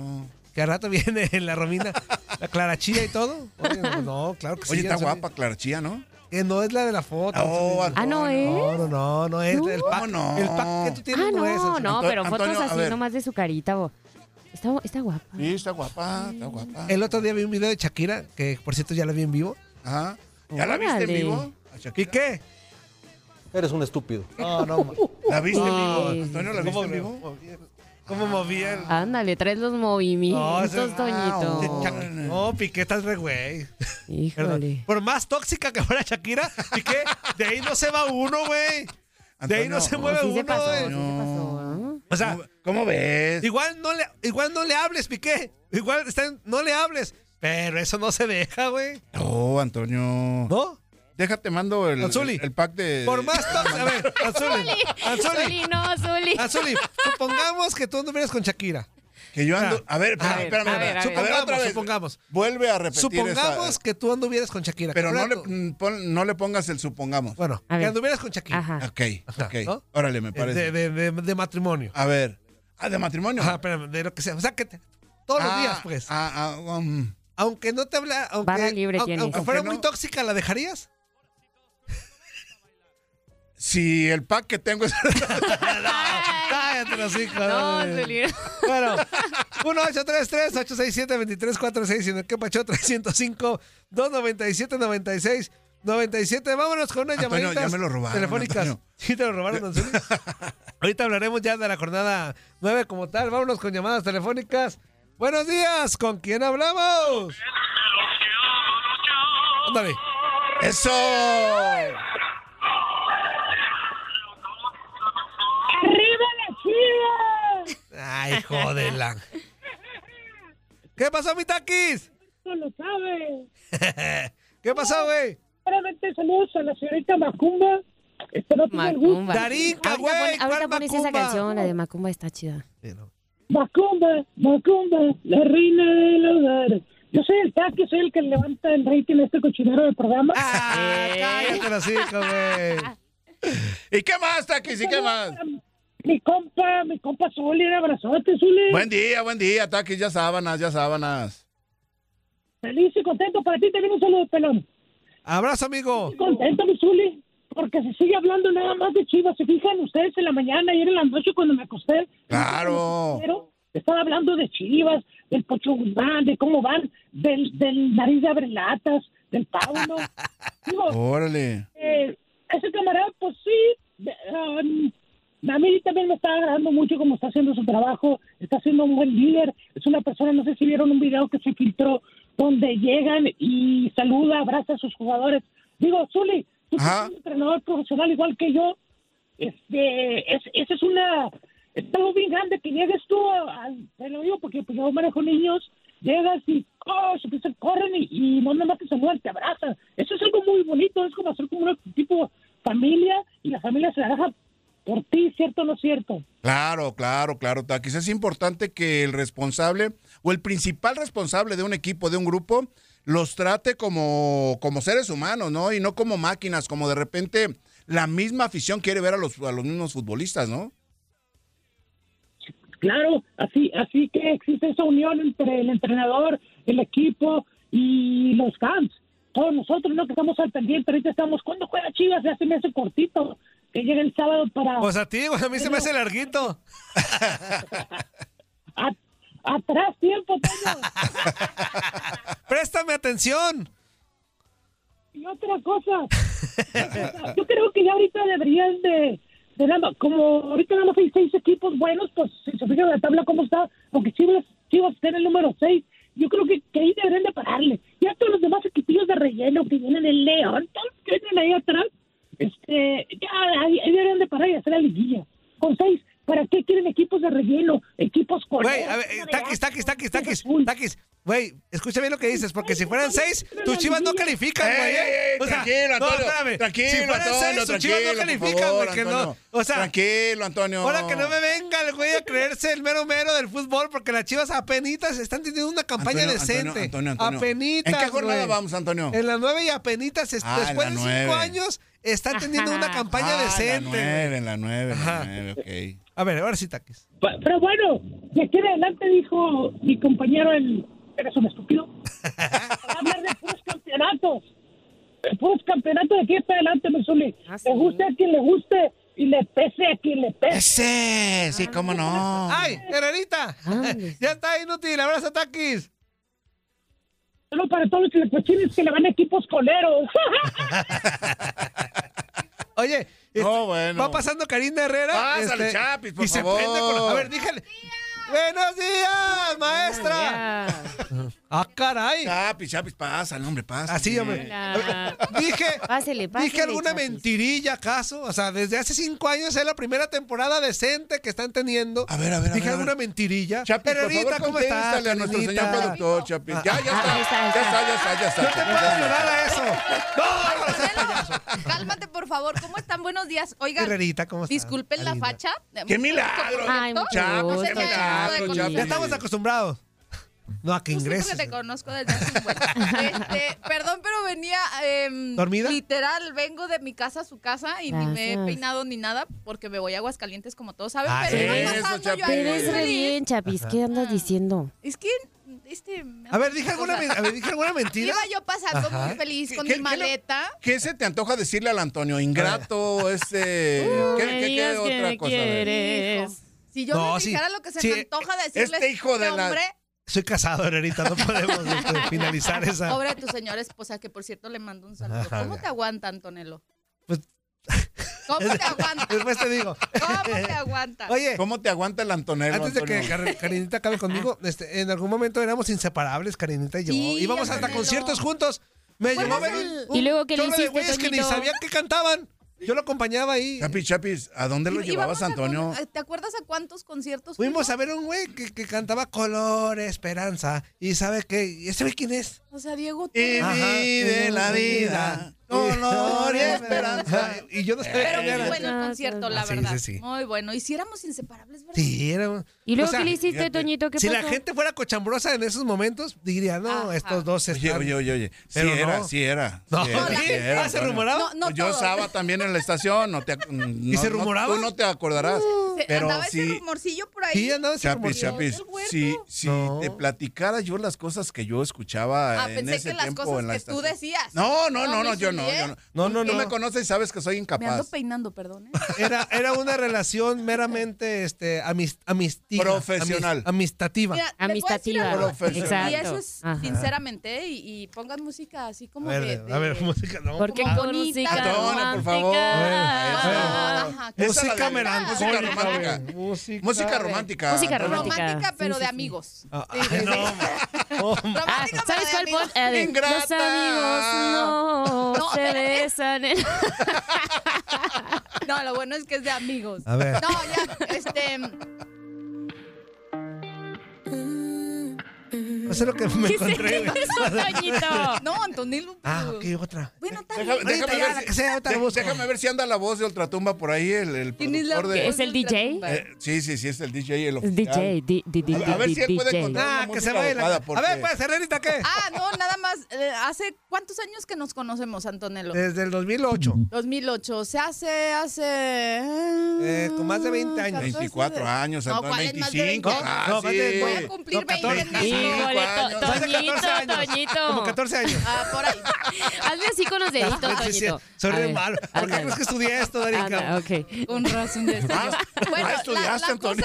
[SPEAKER 3] que al rato viene <laughs> la Romina, la Clarachía y todo. Oye, no, claro que sí.
[SPEAKER 4] Oye, está
[SPEAKER 3] Anzuli.
[SPEAKER 4] guapa Clarchía, ¿no?
[SPEAKER 3] Que Eh, no es la de la foto.
[SPEAKER 4] Oh,
[SPEAKER 3] Anzuli.
[SPEAKER 5] Ah, no es.
[SPEAKER 3] No, no, no, no es. El pack,
[SPEAKER 4] no?
[SPEAKER 3] el pack que tú tienes
[SPEAKER 5] Ah,
[SPEAKER 3] no, es.
[SPEAKER 5] no,
[SPEAKER 3] Anzuli.
[SPEAKER 5] no,
[SPEAKER 4] Anto-
[SPEAKER 5] pero fotos
[SPEAKER 4] Antonio, a
[SPEAKER 5] así
[SPEAKER 4] ver.
[SPEAKER 5] nomás de su carita. bo. Está, está guapa.
[SPEAKER 4] Sí, está guapa, está guapa.
[SPEAKER 3] El otro día vi un video de Shakira, que por cierto ya la vi en vivo.
[SPEAKER 4] Ajá. ¿Ya la viste en
[SPEAKER 5] Órale.
[SPEAKER 4] vivo? ¿A Shakira?
[SPEAKER 3] ¿Y qué?
[SPEAKER 11] Eres un estúpido.
[SPEAKER 3] <laughs> No, no, ma-
[SPEAKER 4] ¿La viste en vivo?
[SPEAKER 5] Ay.
[SPEAKER 4] Antonio, ¿la viste en vivo?
[SPEAKER 3] ¿Cómo movía el.?
[SPEAKER 5] Ándale, traes los movimientos,
[SPEAKER 3] ese-
[SPEAKER 5] Toñito.
[SPEAKER 4] Ah,
[SPEAKER 3] Ese Shak- No, Piqué, estás re güey. Perdón.
[SPEAKER 5] Híjole.
[SPEAKER 3] Por más tóxica que fuera Shakira, Piqué, de ahí no se va uno, güey. De ahí no
[SPEAKER 4] Antonio,
[SPEAKER 3] se mueve
[SPEAKER 5] Sí
[SPEAKER 3] uno,
[SPEAKER 5] se
[SPEAKER 3] eh.
[SPEAKER 5] pasó, sí se
[SPEAKER 3] güey.
[SPEAKER 5] pasó. ¿ah?
[SPEAKER 3] O sea,
[SPEAKER 4] ¿Cómo ves?
[SPEAKER 3] igual no le, igual no le hables, Piqué. Igual está en- no le hables. Pero eso no se deja, güey.
[SPEAKER 4] No, Antonio.
[SPEAKER 3] ¿No?
[SPEAKER 4] Déjate, mando el,
[SPEAKER 3] Anzuli.
[SPEAKER 4] el, el pack de.
[SPEAKER 3] Por
[SPEAKER 4] <laughs>
[SPEAKER 3] más tóxica. A ver, Azuli. Azuli.
[SPEAKER 5] Zuli, no, Zuli.
[SPEAKER 3] Azuli, supongamos que tú anduvieras con Shakira.
[SPEAKER 4] Que yo ando. A ver,
[SPEAKER 3] A
[SPEAKER 4] espérame, espérame.
[SPEAKER 3] ver,
[SPEAKER 5] a ver, a ver.
[SPEAKER 4] espérame.
[SPEAKER 3] Supongamos,
[SPEAKER 4] otra vez.
[SPEAKER 3] supongamos.
[SPEAKER 4] Vuelve a repetir.
[SPEAKER 3] Supongamos
[SPEAKER 4] esa-
[SPEAKER 3] que tú anduvieras con Shakira.
[SPEAKER 4] Pero no
[SPEAKER 3] ¿correcto?
[SPEAKER 4] le, mm, pon- no le pongas el supongamos.
[SPEAKER 3] Bueno,
[SPEAKER 5] A
[SPEAKER 3] que
[SPEAKER 5] ver.
[SPEAKER 3] anduvieras con Shakira.
[SPEAKER 5] Ajá.
[SPEAKER 4] Ah, Ok,
[SPEAKER 3] Ajá,
[SPEAKER 4] ok.
[SPEAKER 3] ¿no? Eh,
[SPEAKER 4] Órale, me parece.
[SPEAKER 3] De, de- de- de matrimonio.
[SPEAKER 4] A ver. Ah, de matrimonio.
[SPEAKER 3] Ajá, espérame, de lo que sea. O sea, que te- todos los
[SPEAKER 4] Ah,
[SPEAKER 3] días, pues.
[SPEAKER 4] Ah, ah, um,
[SPEAKER 3] Aunque no te habla. Aunque,
[SPEAKER 5] Barra libre
[SPEAKER 3] aunque,
[SPEAKER 5] tienes.
[SPEAKER 3] aunque fuera
[SPEAKER 4] Aunque
[SPEAKER 3] muy
[SPEAKER 4] no-
[SPEAKER 3] tóxica, ¿la dejarías?
[SPEAKER 4] si el pack que tengo
[SPEAKER 12] <laughs>
[SPEAKER 4] es. <laughs>
[SPEAKER 3] Cállate los hijos.
[SPEAKER 5] No, Zuli.
[SPEAKER 3] Bueno, 1-833-867-2346 y en el Quepacho 305-297-96-97. Vámonos con unas
[SPEAKER 4] Antonio,
[SPEAKER 3] llamaditas
[SPEAKER 4] ya me lo robaron,
[SPEAKER 3] telefónicas.
[SPEAKER 4] Antonio.
[SPEAKER 3] Sí, te lo robaron,
[SPEAKER 4] <laughs>
[SPEAKER 3] Anzuli. Ahorita hablaremos ya de la jornada 9 como tal. Vámonos con llamadas telefónicas. Buenos días, ¿con quién hablamos? Ándale.
[SPEAKER 4] ¡Eso!
[SPEAKER 3] Ay, jodela. ¿Qué pasó, mi taquis? <laughs>
[SPEAKER 12] No lo sabe.
[SPEAKER 3] ¿Qué pasó, güey?
[SPEAKER 12] Claramente saludos a la señorita Macumba. Espero que el gusto.
[SPEAKER 5] Macumba.
[SPEAKER 3] Darinka,
[SPEAKER 5] Ahorita
[SPEAKER 3] güey,
[SPEAKER 5] pon-
[SPEAKER 3] ¿cuál
[SPEAKER 5] Ahorita pones esa
[SPEAKER 3] Macumba?
[SPEAKER 5] canción, la de Macumba está chida.
[SPEAKER 12] Macumba, Macumba, la reina del hogar. Yo soy el taque, soy el que levanta el rating a este cochinero del programa.
[SPEAKER 3] Ah, cállate los hijos, güey.
[SPEAKER 4] ¿Y qué más, Taquis? ¿Y qué más?
[SPEAKER 12] Mi compa, mi compa Zuli, un abrazote, Zuli.
[SPEAKER 4] Buen día, buen día, Taquis. Ya sábanas, ya sábanas.
[SPEAKER 12] Feliz y contento para ti, también un saludo, pelón.
[SPEAKER 3] Abrazo, amigo.
[SPEAKER 12] Estoy contento, mi Zuli, porque se sigue hablando nada más de Chivas. Se fijan ustedes en la mañana, ayer en la noche cuando me acosté.
[SPEAKER 4] Claro.
[SPEAKER 12] Pero estaba hablando de Chivas, del Pocho Guzmán, de cómo van. del, del nariz de abrelatas, del
[SPEAKER 3] <laughs>
[SPEAKER 12] Paulo. Digo,
[SPEAKER 4] Órale.
[SPEAKER 12] eh, ese camarada, pues sí, de- um, a mí también me está agradando mucho como está haciendo su trabajo, está siendo un buen líder, es una persona, no sé si vieron un video que se filtró donde llegan y saluda, abraza a sus jugadores. Digo, Zuli, tú que eres un entrenador profesional igual que yo, este, es, esa es una, es algo bien grande que llegues tú, a, a- te lo digo porque pues, yo manejo niños, llegas y oh, se empiezan, corren y, y no nomás te saludan, te abrazan. Eso es algo muy bonito, es como hacer como un tipo familia y la familia se agarra por ti, ¿cierto o no es cierto?
[SPEAKER 4] Claro, claro, claro, Taquis. Es importante que el responsable o el principal responsable de un equipo, de un grupo, los trate como, como seres humanos, ¿no? Y no como máquinas, como de repente la misma afición quiere ver a los, a los mismos futbolistas, ¿no?
[SPEAKER 12] Claro, así, así que existe esa unión entre el entrenador, el equipo y los fans. Todos nosotros, ¿no? Que estamos al pendiente, ahorita estamos, ¿cuándo juega Chivas? Ya se me hace cortito, que llega el sábado para...
[SPEAKER 3] Pues a ti, güey, a mí se me hace larguito.
[SPEAKER 12] Atrás tiempo, Toño.
[SPEAKER 3] <laughs> Préstame
[SPEAKER 12] <laughs>
[SPEAKER 3] atención.
[SPEAKER 12] Y otra cosa, <laughs> yo creo que ya ahorita deberían de, de nada más- como ahorita nada más hay seis equipos buenos, pues si se fijan en la tabla cómo está, aunque Chivas, Chivas está en el número seis, yo creo que, que ahí deberían de pararle. Ya todos los demás equipillos de relleno que vienen el León, todos que vienen ahí atrás, este, ya ahí, ahí deberían de parar y hacer la liguilla. Con seis, ¿para qué quieren equipos de relleno? Equipos con...
[SPEAKER 3] Güey, a ver, eh, taquis, taquis, taquis, taquis, taquis. Güey, escucha bien lo que dices, porque si fueran seis, tus chivas no califican,
[SPEAKER 4] Ey,
[SPEAKER 3] güey.
[SPEAKER 4] ey,
[SPEAKER 3] ¿eh?
[SPEAKER 4] ey, tranquilo,
[SPEAKER 3] no,
[SPEAKER 4] Antonio,
[SPEAKER 3] espérame.
[SPEAKER 4] tranquilo,
[SPEAKER 3] si fueran
[SPEAKER 4] Antonio,
[SPEAKER 3] seis, tus chivas no
[SPEAKER 4] tranquilo, por
[SPEAKER 3] califican,
[SPEAKER 4] favor,
[SPEAKER 3] güey. que no.
[SPEAKER 4] Antonio.
[SPEAKER 3] O sea,
[SPEAKER 4] Tranquilo, Antonio.
[SPEAKER 3] Ahora que no me venga el güey a creerse el mero mero del fútbol, porque las chivas apenitas están teniendo una campaña
[SPEAKER 4] Antonio,
[SPEAKER 3] decente.
[SPEAKER 4] Antonio, Antonio, Antonio.
[SPEAKER 3] Apenitas.
[SPEAKER 4] ¿En qué jornada
[SPEAKER 3] güey.
[SPEAKER 4] vamos, Antonio?
[SPEAKER 3] En la nueve y apenitas, es-
[SPEAKER 4] Ah, en
[SPEAKER 3] después
[SPEAKER 4] la
[SPEAKER 3] de
[SPEAKER 4] nueve.
[SPEAKER 3] cinco años, están teniendo una campaña
[SPEAKER 4] Ah,
[SPEAKER 3] decente.
[SPEAKER 4] La
[SPEAKER 3] güey.
[SPEAKER 4] nueve, la nueve, la nueve, ok.
[SPEAKER 3] A ver, ahora sí, taquis.
[SPEAKER 12] Pero bueno, de aquí en adelante dijo mi compañero el... Eres un
[SPEAKER 4] <laughs>
[SPEAKER 12] estúpido. Va a hablar de puros campeonatos. De puros campeonatos de aquí para adelante, me suele. Le guste a quien le guste y le pese a quien le pese.
[SPEAKER 4] Sí, cómo no.
[SPEAKER 3] ¡Ay, Herrerita! <laughs> ya está inútil. Abrazo, Taquis.
[SPEAKER 12] Solo para todos los cochines que le van a equipos coleros.
[SPEAKER 3] <laughs> Oye, este, va pasando Karina Herrera. Este,
[SPEAKER 4] Pásale, Chapis, por
[SPEAKER 3] y
[SPEAKER 4] favor.
[SPEAKER 3] se prende con la- A ver, dígale. ¡Buenos días, maestra! ¡Ah, caray!
[SPEAKER 4] Chapis, chapis, pasa, hombre, pasa.
[SPEAKER 3] Así, hombre. Dije, dije alguna mentirilla, ¿acaso? O sea, desde hace cinco años es la primera temporada decente que están teniendo. A ver, a ver. Dije alguna mentirilla.
[SPEAKER 4] Chapis, por
[SPEAKER 3] Herrerita,
[SPEAKER 4] favor,
[SPEAKER 3] ¿cómo estás?
[SPEAKER 4] contéstale a nuestro
[SPEAKER 3] Karinita?
[SPEAKER 4] señor productor, Chapis. Ya, ya
[SPEAKER 3] Ah,
[SPEAKER 4] está,
[SPEAKER 3] ahí está,
[SPEAKER 4] ya
[SPEAKER 3] ahí
[SPEAKER 4] está,
[SPEAKER 3] está.
[SPEAKER 4] ya está, ya está.
[SPEAKER 3] No te puedes llorar a eso.
[SPEAKER 13] Cálmate, por favor. ¿Cómo están? Buenos días. Oigan,
[SPEAKER 3] Herrerita, ¿cómo estás?
[SPEAKER 13] disculpen la
[SPEAKER 3] Linda.
[SPEAKER 13] facha.
[SPEAKER 3] ¡Qué
[SPEAKER 13] Mucho
[SPEAKER 3] milagro!
[SPEAKER 13] gusto, por
[SPEAKER 3] Ay,
[SPEAKER 13] cierto.
[SPEAKER 3] Chapis, qué
[SPEAKER 13] Mucho gusto de Pues
[SPEAKER 3] milagro,
[SPEAKER 13] conocerte.
[SPEAKER 3] Chapis. Ya estamos acostumbrados. No, a que
[SPEAKER 13] Yo siento que
[SPEAKER 3] ingreses.
[SPEAKER 13] te conozco desde hace un buen. Este, perdón, pero venía em,
[SPEAKER 3] ¿Dormida?
[SPEAKER 13] literal, vengo de mi casa a su casa y ni me he
[SPEAKER 5] Gracias.
[SPEAKER 13] peinado ni nada porque me voy a Aguascalientes como todos saben,
[SPEAKER 5] Ah,
[SPEAKER 13] pero
[SPEAKER 5] sí.
[SPEAKER 13] iba pasando
[SPEAKER 5] Te
[SPEAKER 13] yo ahí muy
[SPEAKER 5] ves re
[SPEAKER 13] feliz.
[SPEAKER 5] bien, Chapis. ¿Qué andas diciendo?
[SPEAKER 13] Es que este me
[SPEAKER 3] A ver,
[SPEAKER 13] hace
[SPEAKER 3] dije alguna,
[SPEAKER 13] cosas.
[SPEAKER 3] men- a ver, dije alguna mentira.
[SPEAKER 13] <laughs> Iba yo pasando
[SPEAKER 4] Ajá.
[SPEAKER 13] muy feliz con
[SPEAKER 4] ¿Qué-
[SPEAKER 13] mi
[SPEAKER 4] qué- qué le-
[SPEAKER 13] maleta.
[SPEAKER 4] ¿Qué se te antoja decirle al Antonio?
[SPEAKER 3] <laughs>
[SPEAKER 4] Ingrato, este. ¿Qué, qué- qué otra cosa? A ver.
[SPEAKER 13] Si yo
[SPEAKER 3] No,
[SPEAKER 13] me
[SPEAKER 3] sí,
[SPEAKER 13] fijara lo que se
[SPEAKER 3] sí,
[SPEAKER 13] me antoja decirles,
[SPEAKER 3] este hijo de
[SPEAKER 13] este
[SPEAKER 3] la-
[SPEAKER 13] hombre,
[SPEAKER 3] Soy casado, Herrerita, no podemos
[SPEAKER 13] <laughs>
[SPEAKER 3] este, finalizar esa.
[SPEAKER 13] pobre de tu señora esposa, que por cierto le mando un saludo.
[SPEAKER 3] Ajá.
[SPEAKER 13] ¿Cómo te aguanta, Antonelo?
[SPEAKER 3] Pues-
[SPEAKER 13] <laughs> ¿Cómo
[SPEAKER 3] <laughs>
[SPEAKER 13] te aguanta?
[SPEAKER 3] Después te digo.
[SPEAKER 13] ¿Cómo te aguanta?
[SPEAKER 3] Oye.
[SPEAKER 4] ¿Cómo te aguanta el Antonello?
[SPEAKER 3] Antes de que
[SPEAKER 4] Antonio?
[SPEAKER 3] Kar- Karinita acabe
[SPEAKER 13] <laughs>
[SPEAKER 3] conmigo, este, en algún momento éramos inseparables, Karinita y yo.
[SPEAKER 4] Sí,
[SPEAKER 3] Íbamos hasta
[SPEAKER 4] Antonelo.
[SPEAKER 3] conciertos juntos. Me
[SPEAKER 4] Pues
[SPEAKER 3] llevó a
[SPEAKER 4] es
[SPEAKER 3] venir.
[SPEAKER 4] el-
[SPEAKER 3] un
[SPEAKER 4] ¿Y luego qué le
[SPEAKER 3] chorro de
[SPEAKER 4] hiciste,
[SPEAKER 3] güeyes que ni
[SPEAKER 4] Toñito?
[SPEAKER 3] sabían que cantaban. Yo lo acompañaba ahí.
[SPEAKER 4] Chapis, chapis, ¿a dónde lo
[SPEAKER 13] Y- y
[SPEAKER 4] llevabas,
[SPEAKER 13] vamos a pues, con-
[SPEAKER 4] Antonio?
[SPEAKER 13] ¿Te acuerdas a cuántos conciertos
[SPEAKER 3] Fuimos a ver a un güey que, que cantaba Color, Esperanza. ¿Y sabe qué? ¿Y ese güey quién es?
[SPEAKER 13] O sea, Diego, tú.
[SPEAKER 3] Y vive la vida, <laughs> color y esperanza. Y yo no sabía
[SPEAKER 13] Pero
[SPEAKER 3] quién era.
[SPEAKER 13] muy bueno el concierto, la
[SPEAKER 3] Ah, sí,
[SPEAKER 13] verdad.
[SPEAKER 3] sí, sí.
[SPEAKER 13] Muy bueno. Y si éramos inseparables, ¿verdad?
[SPEAKER 3] Sí, era-
[SPEAKER 13] ¿Y luego qué le hiciste,
[SPEAKER 3] fíjate,
[SPEAKER 13] Toñito? ¿Qué
[SPEAKER 3] si la
[SPEAKER 13] pasó?
[SPEAKER 3] gente fuera cochambrosa en esos momentos, diría, no, estos dos están...
[SPEAKER 4] Oye, oye, oye, oye. Sí
[SPEAKER 3] Pero
[SPEAKER 4] era,
[SPEAKER 3] no.
[SPEAKER 4] sí era.
[SPEAKER 3] No,
[SPEAKER 4] sí era,
[SPEAKER 3] la-
[SPEAKER 4] sí
[SPEAKER 3] Ah,
[SPEAKER 4] era,
[SPEAKER 3] ¿se
[SPEAKER 4] Antonio. Pues
[SPEAKER 13] ¿eh?
[SPEAKER 3] rumoraba? No, no
[SPEAKER 4] Yo
[SPEAKER 3] todo.
[SPEAKER 4] estaba también en la estación. No te, ac- no,
[SPEAKER 3] se
[SPEAKER 4] no,
[SPEAKER 3] rumoraba?
[SPEAKER 4] tú no te acordarás.
[SPEAKER 13] Uh, Se-
[SPEAKER 4] Pero
[SPEAKER 13] andaba ese
[SPEAKER 4] sí-
[SPEAKER 13] rumorcillo por ahí.
[SPEAKER 4] Chapis, Chapis,
[SPEAKER 13] Del huerto.
[SPEAKER 4] si, si te platicara yo las cosas que yo escuchaba
[SPEAKER 13] Ah,
[SPEAKER 4] en
[SPEAKER 13] pensé
[SPEAKER 4] ese
[SPEAKER 13] que las
[SPEAKER 4] tiempo
[SPEAKER 13] cosas
[SPEAKER 4] en la
[SPEAKER 13] que tú
[SPEAKER 4] estación.
[SPEAKER 13] decías.
[SPEAKER 4] No, no, no,
[SPEAKER 13] No,
[SPEAKER 4] no,
[SPEAKER 13] me
[SPEAKER 4] yo no,
[SPEAKER 13] insinué.
[SPEAKER 4] yo no. No, no, no. me conoces y sabes que soy
[SPEAKER 13] Me ando
[SPEAKER 4] incapaz.
[SPEAKER 13] peinando, perdón. ¿eh? <laughs>
[SPEAKER 3] Era, era una relación meramente este, amis- amistiva.
[SPEAKER 4] Profesional.
[SPEAKER 3] amis- amistativa.
[SPEAKER 13] Mira, ¿le puedo decir algo? Y eso es,
[SPEAKER 3] Ajá.
[SPEAKER 13] sinceramente, ¿eh? y, y pongan música así como
[SPEAKER 3] A ver,
[SPEAKER 13] de- de-
[SPEAKER 3] a ver, música, no.
[SPEAKER 13] ¿Por qué
[SPEAKER 3] Ah,
[SPEAKER 13] con música
[SPEAKER 4] Cantona, por favor.
[SPEAKER 13] romántica?
[SPEAKER 4] Eso. Esa
[SPEAKER 13] Ajá,
[SPEAKER 4] es la
[SPEAKER 3] Música
[SPEAKER 4] de- Música
[SPEAKER 3] melancólica,
[SPEAKER 4] romántica.
[SPEAKER 3] güey.
[SPEAKER 4] Música romántica.
[SPEAKER 5] Música
[SPEAKER 4] Antonio.
[SPEAKER 5] romántica.
[SPEAKER 13] Romántica, pero
[SPEAKER 5] Sí,
[SPEAKER 13] de
[SPEAKER 5] sí, sí.
[SPEAKER 13] amigos.
[SPEAKER 3] Ah,
[SPEAKER 13] Sí, sí, sí.
[SPEAKER 5] Ah, ¿Sabes cuál?
[SPEAKER 13] amigos.
[SPEAKER 5] Pon- a ver,
[SPEAKER 13] Ingrata.
[SPEAKER 5] Los amigos no
[SPEAKER 13] No,
[SPEAKER 5] se
[SPEAKER 13] espérate.
[SPEAKER 5] besan. en-
[SPEAKER 13] <laughs> No, lo bueno es que es de amigos.
[SPEAKER 5] A ver.
[SPEAKER 13] No,
[SPEAKER 4] <laughs>
[SPEAKER 13] ya, este.
[SPEAKER 3] No sé lo que me encontré. güey.
[SPEAKER 13] No, Antonilo.
[SPEAKER 3] Ah, ok, otra.
[SPEAKER 13] Bueno, tal
[SPEAKER 4] Déjame,
[SPEAKER 13] vez.
[SPEAKER 4] déjame ver si, dé- déjame ver si anda la voz de Ultratumba por ahí, el, el
[SPEAKER 13] ¿Quién es la
[SPEAKER 4] productor de-
[SPEAKER 13] voz ¿Es el de DJ? Ultratumba?
[SPEAKER 4] Eh, sí, sí, sí, es el DJ. El
[SPEAKER 5] Es DJ,
[SPEAKER 4] oficial.
[SPEAKER 5] di- di-
[SPEAKER 4] <laughs>
[SPEAKER 5] di-
[SPEAKER 4] a, a ver
[SPEAKER 5] di-
[SPEAKER 4] si él puede
[SPEAKER 5] DJ.
[SPEAKER 4] encontrar una
[SPEAKER 5] Ah, que se
[SPEAKER 4] música
[SPEAKER 5] baila.
[SPEAKER 4] adecuada,
[SPEAKER 5] A
[SPEAKER 4] porque-
[SPEAKER 3] ver, pues, Serenita, ¿qué?
[SPEAKER 13] Ah, no, nada más. eh, ¿Hace cuántos años que nos conocemos, Antonello?
[SPEAKER 3] Desde el 2008.
[SPEAKER 13] 2008. O sea, hace. hace...
[SPEAKER 3] Eh, con más de 20 años.
[SPEAKER 4] 24 años,
[SPEAKER 13] No,
[SPEAKER 4] Antonio, Ah,
[SPEAKER 13] ¿cuál es más de
[SPEAKER 4] 25.
[SPEAKER 13] 20?
[SPEAKER 4] casi.
[SPEAKER 3] No, más de-
[SPEAKER 13] Voy a cumplir 20 en enero.
[SPEAKER 4] 25
[SPEAKER 5] Híjole,
[SPEAKER 4] años.
[SPEAKER 3] Más de
[SPEAKER 5] to-
[SPEAKER 3] 14
[SPEAKER 5] Toñito,
[SPEAKER 3] años.
[SPEAKER 5] Toñito.
[SPEAKER 3] Como 14 años.
[SPEAKER 13] Ah, por ahí.
[SPEAKER 5] <laughs> Hazle así con los deditos,
[SPEAKER 3] Ah, sí, sí,
[SPEAKER 5] Toñito.
[SPEAKER 3] Soy
[SPEAKER 5] A
[SPEAKER 3] re
[SPEAKER 5] ver,
[SPEAKER 3] malo. ¿Por qué
[SPEAKER 5] ándale.
[SPEAKER 3] crees que estudié esto, Ah, Darinka?
[SPEAKER 5] Anda, ok.
[SPEAKER 13] Con razón de ser. Bueno, la-
[SPEAKER 4] estudiaste,
[SPEAKER 13] la
[SPEAKER 4] Antonio.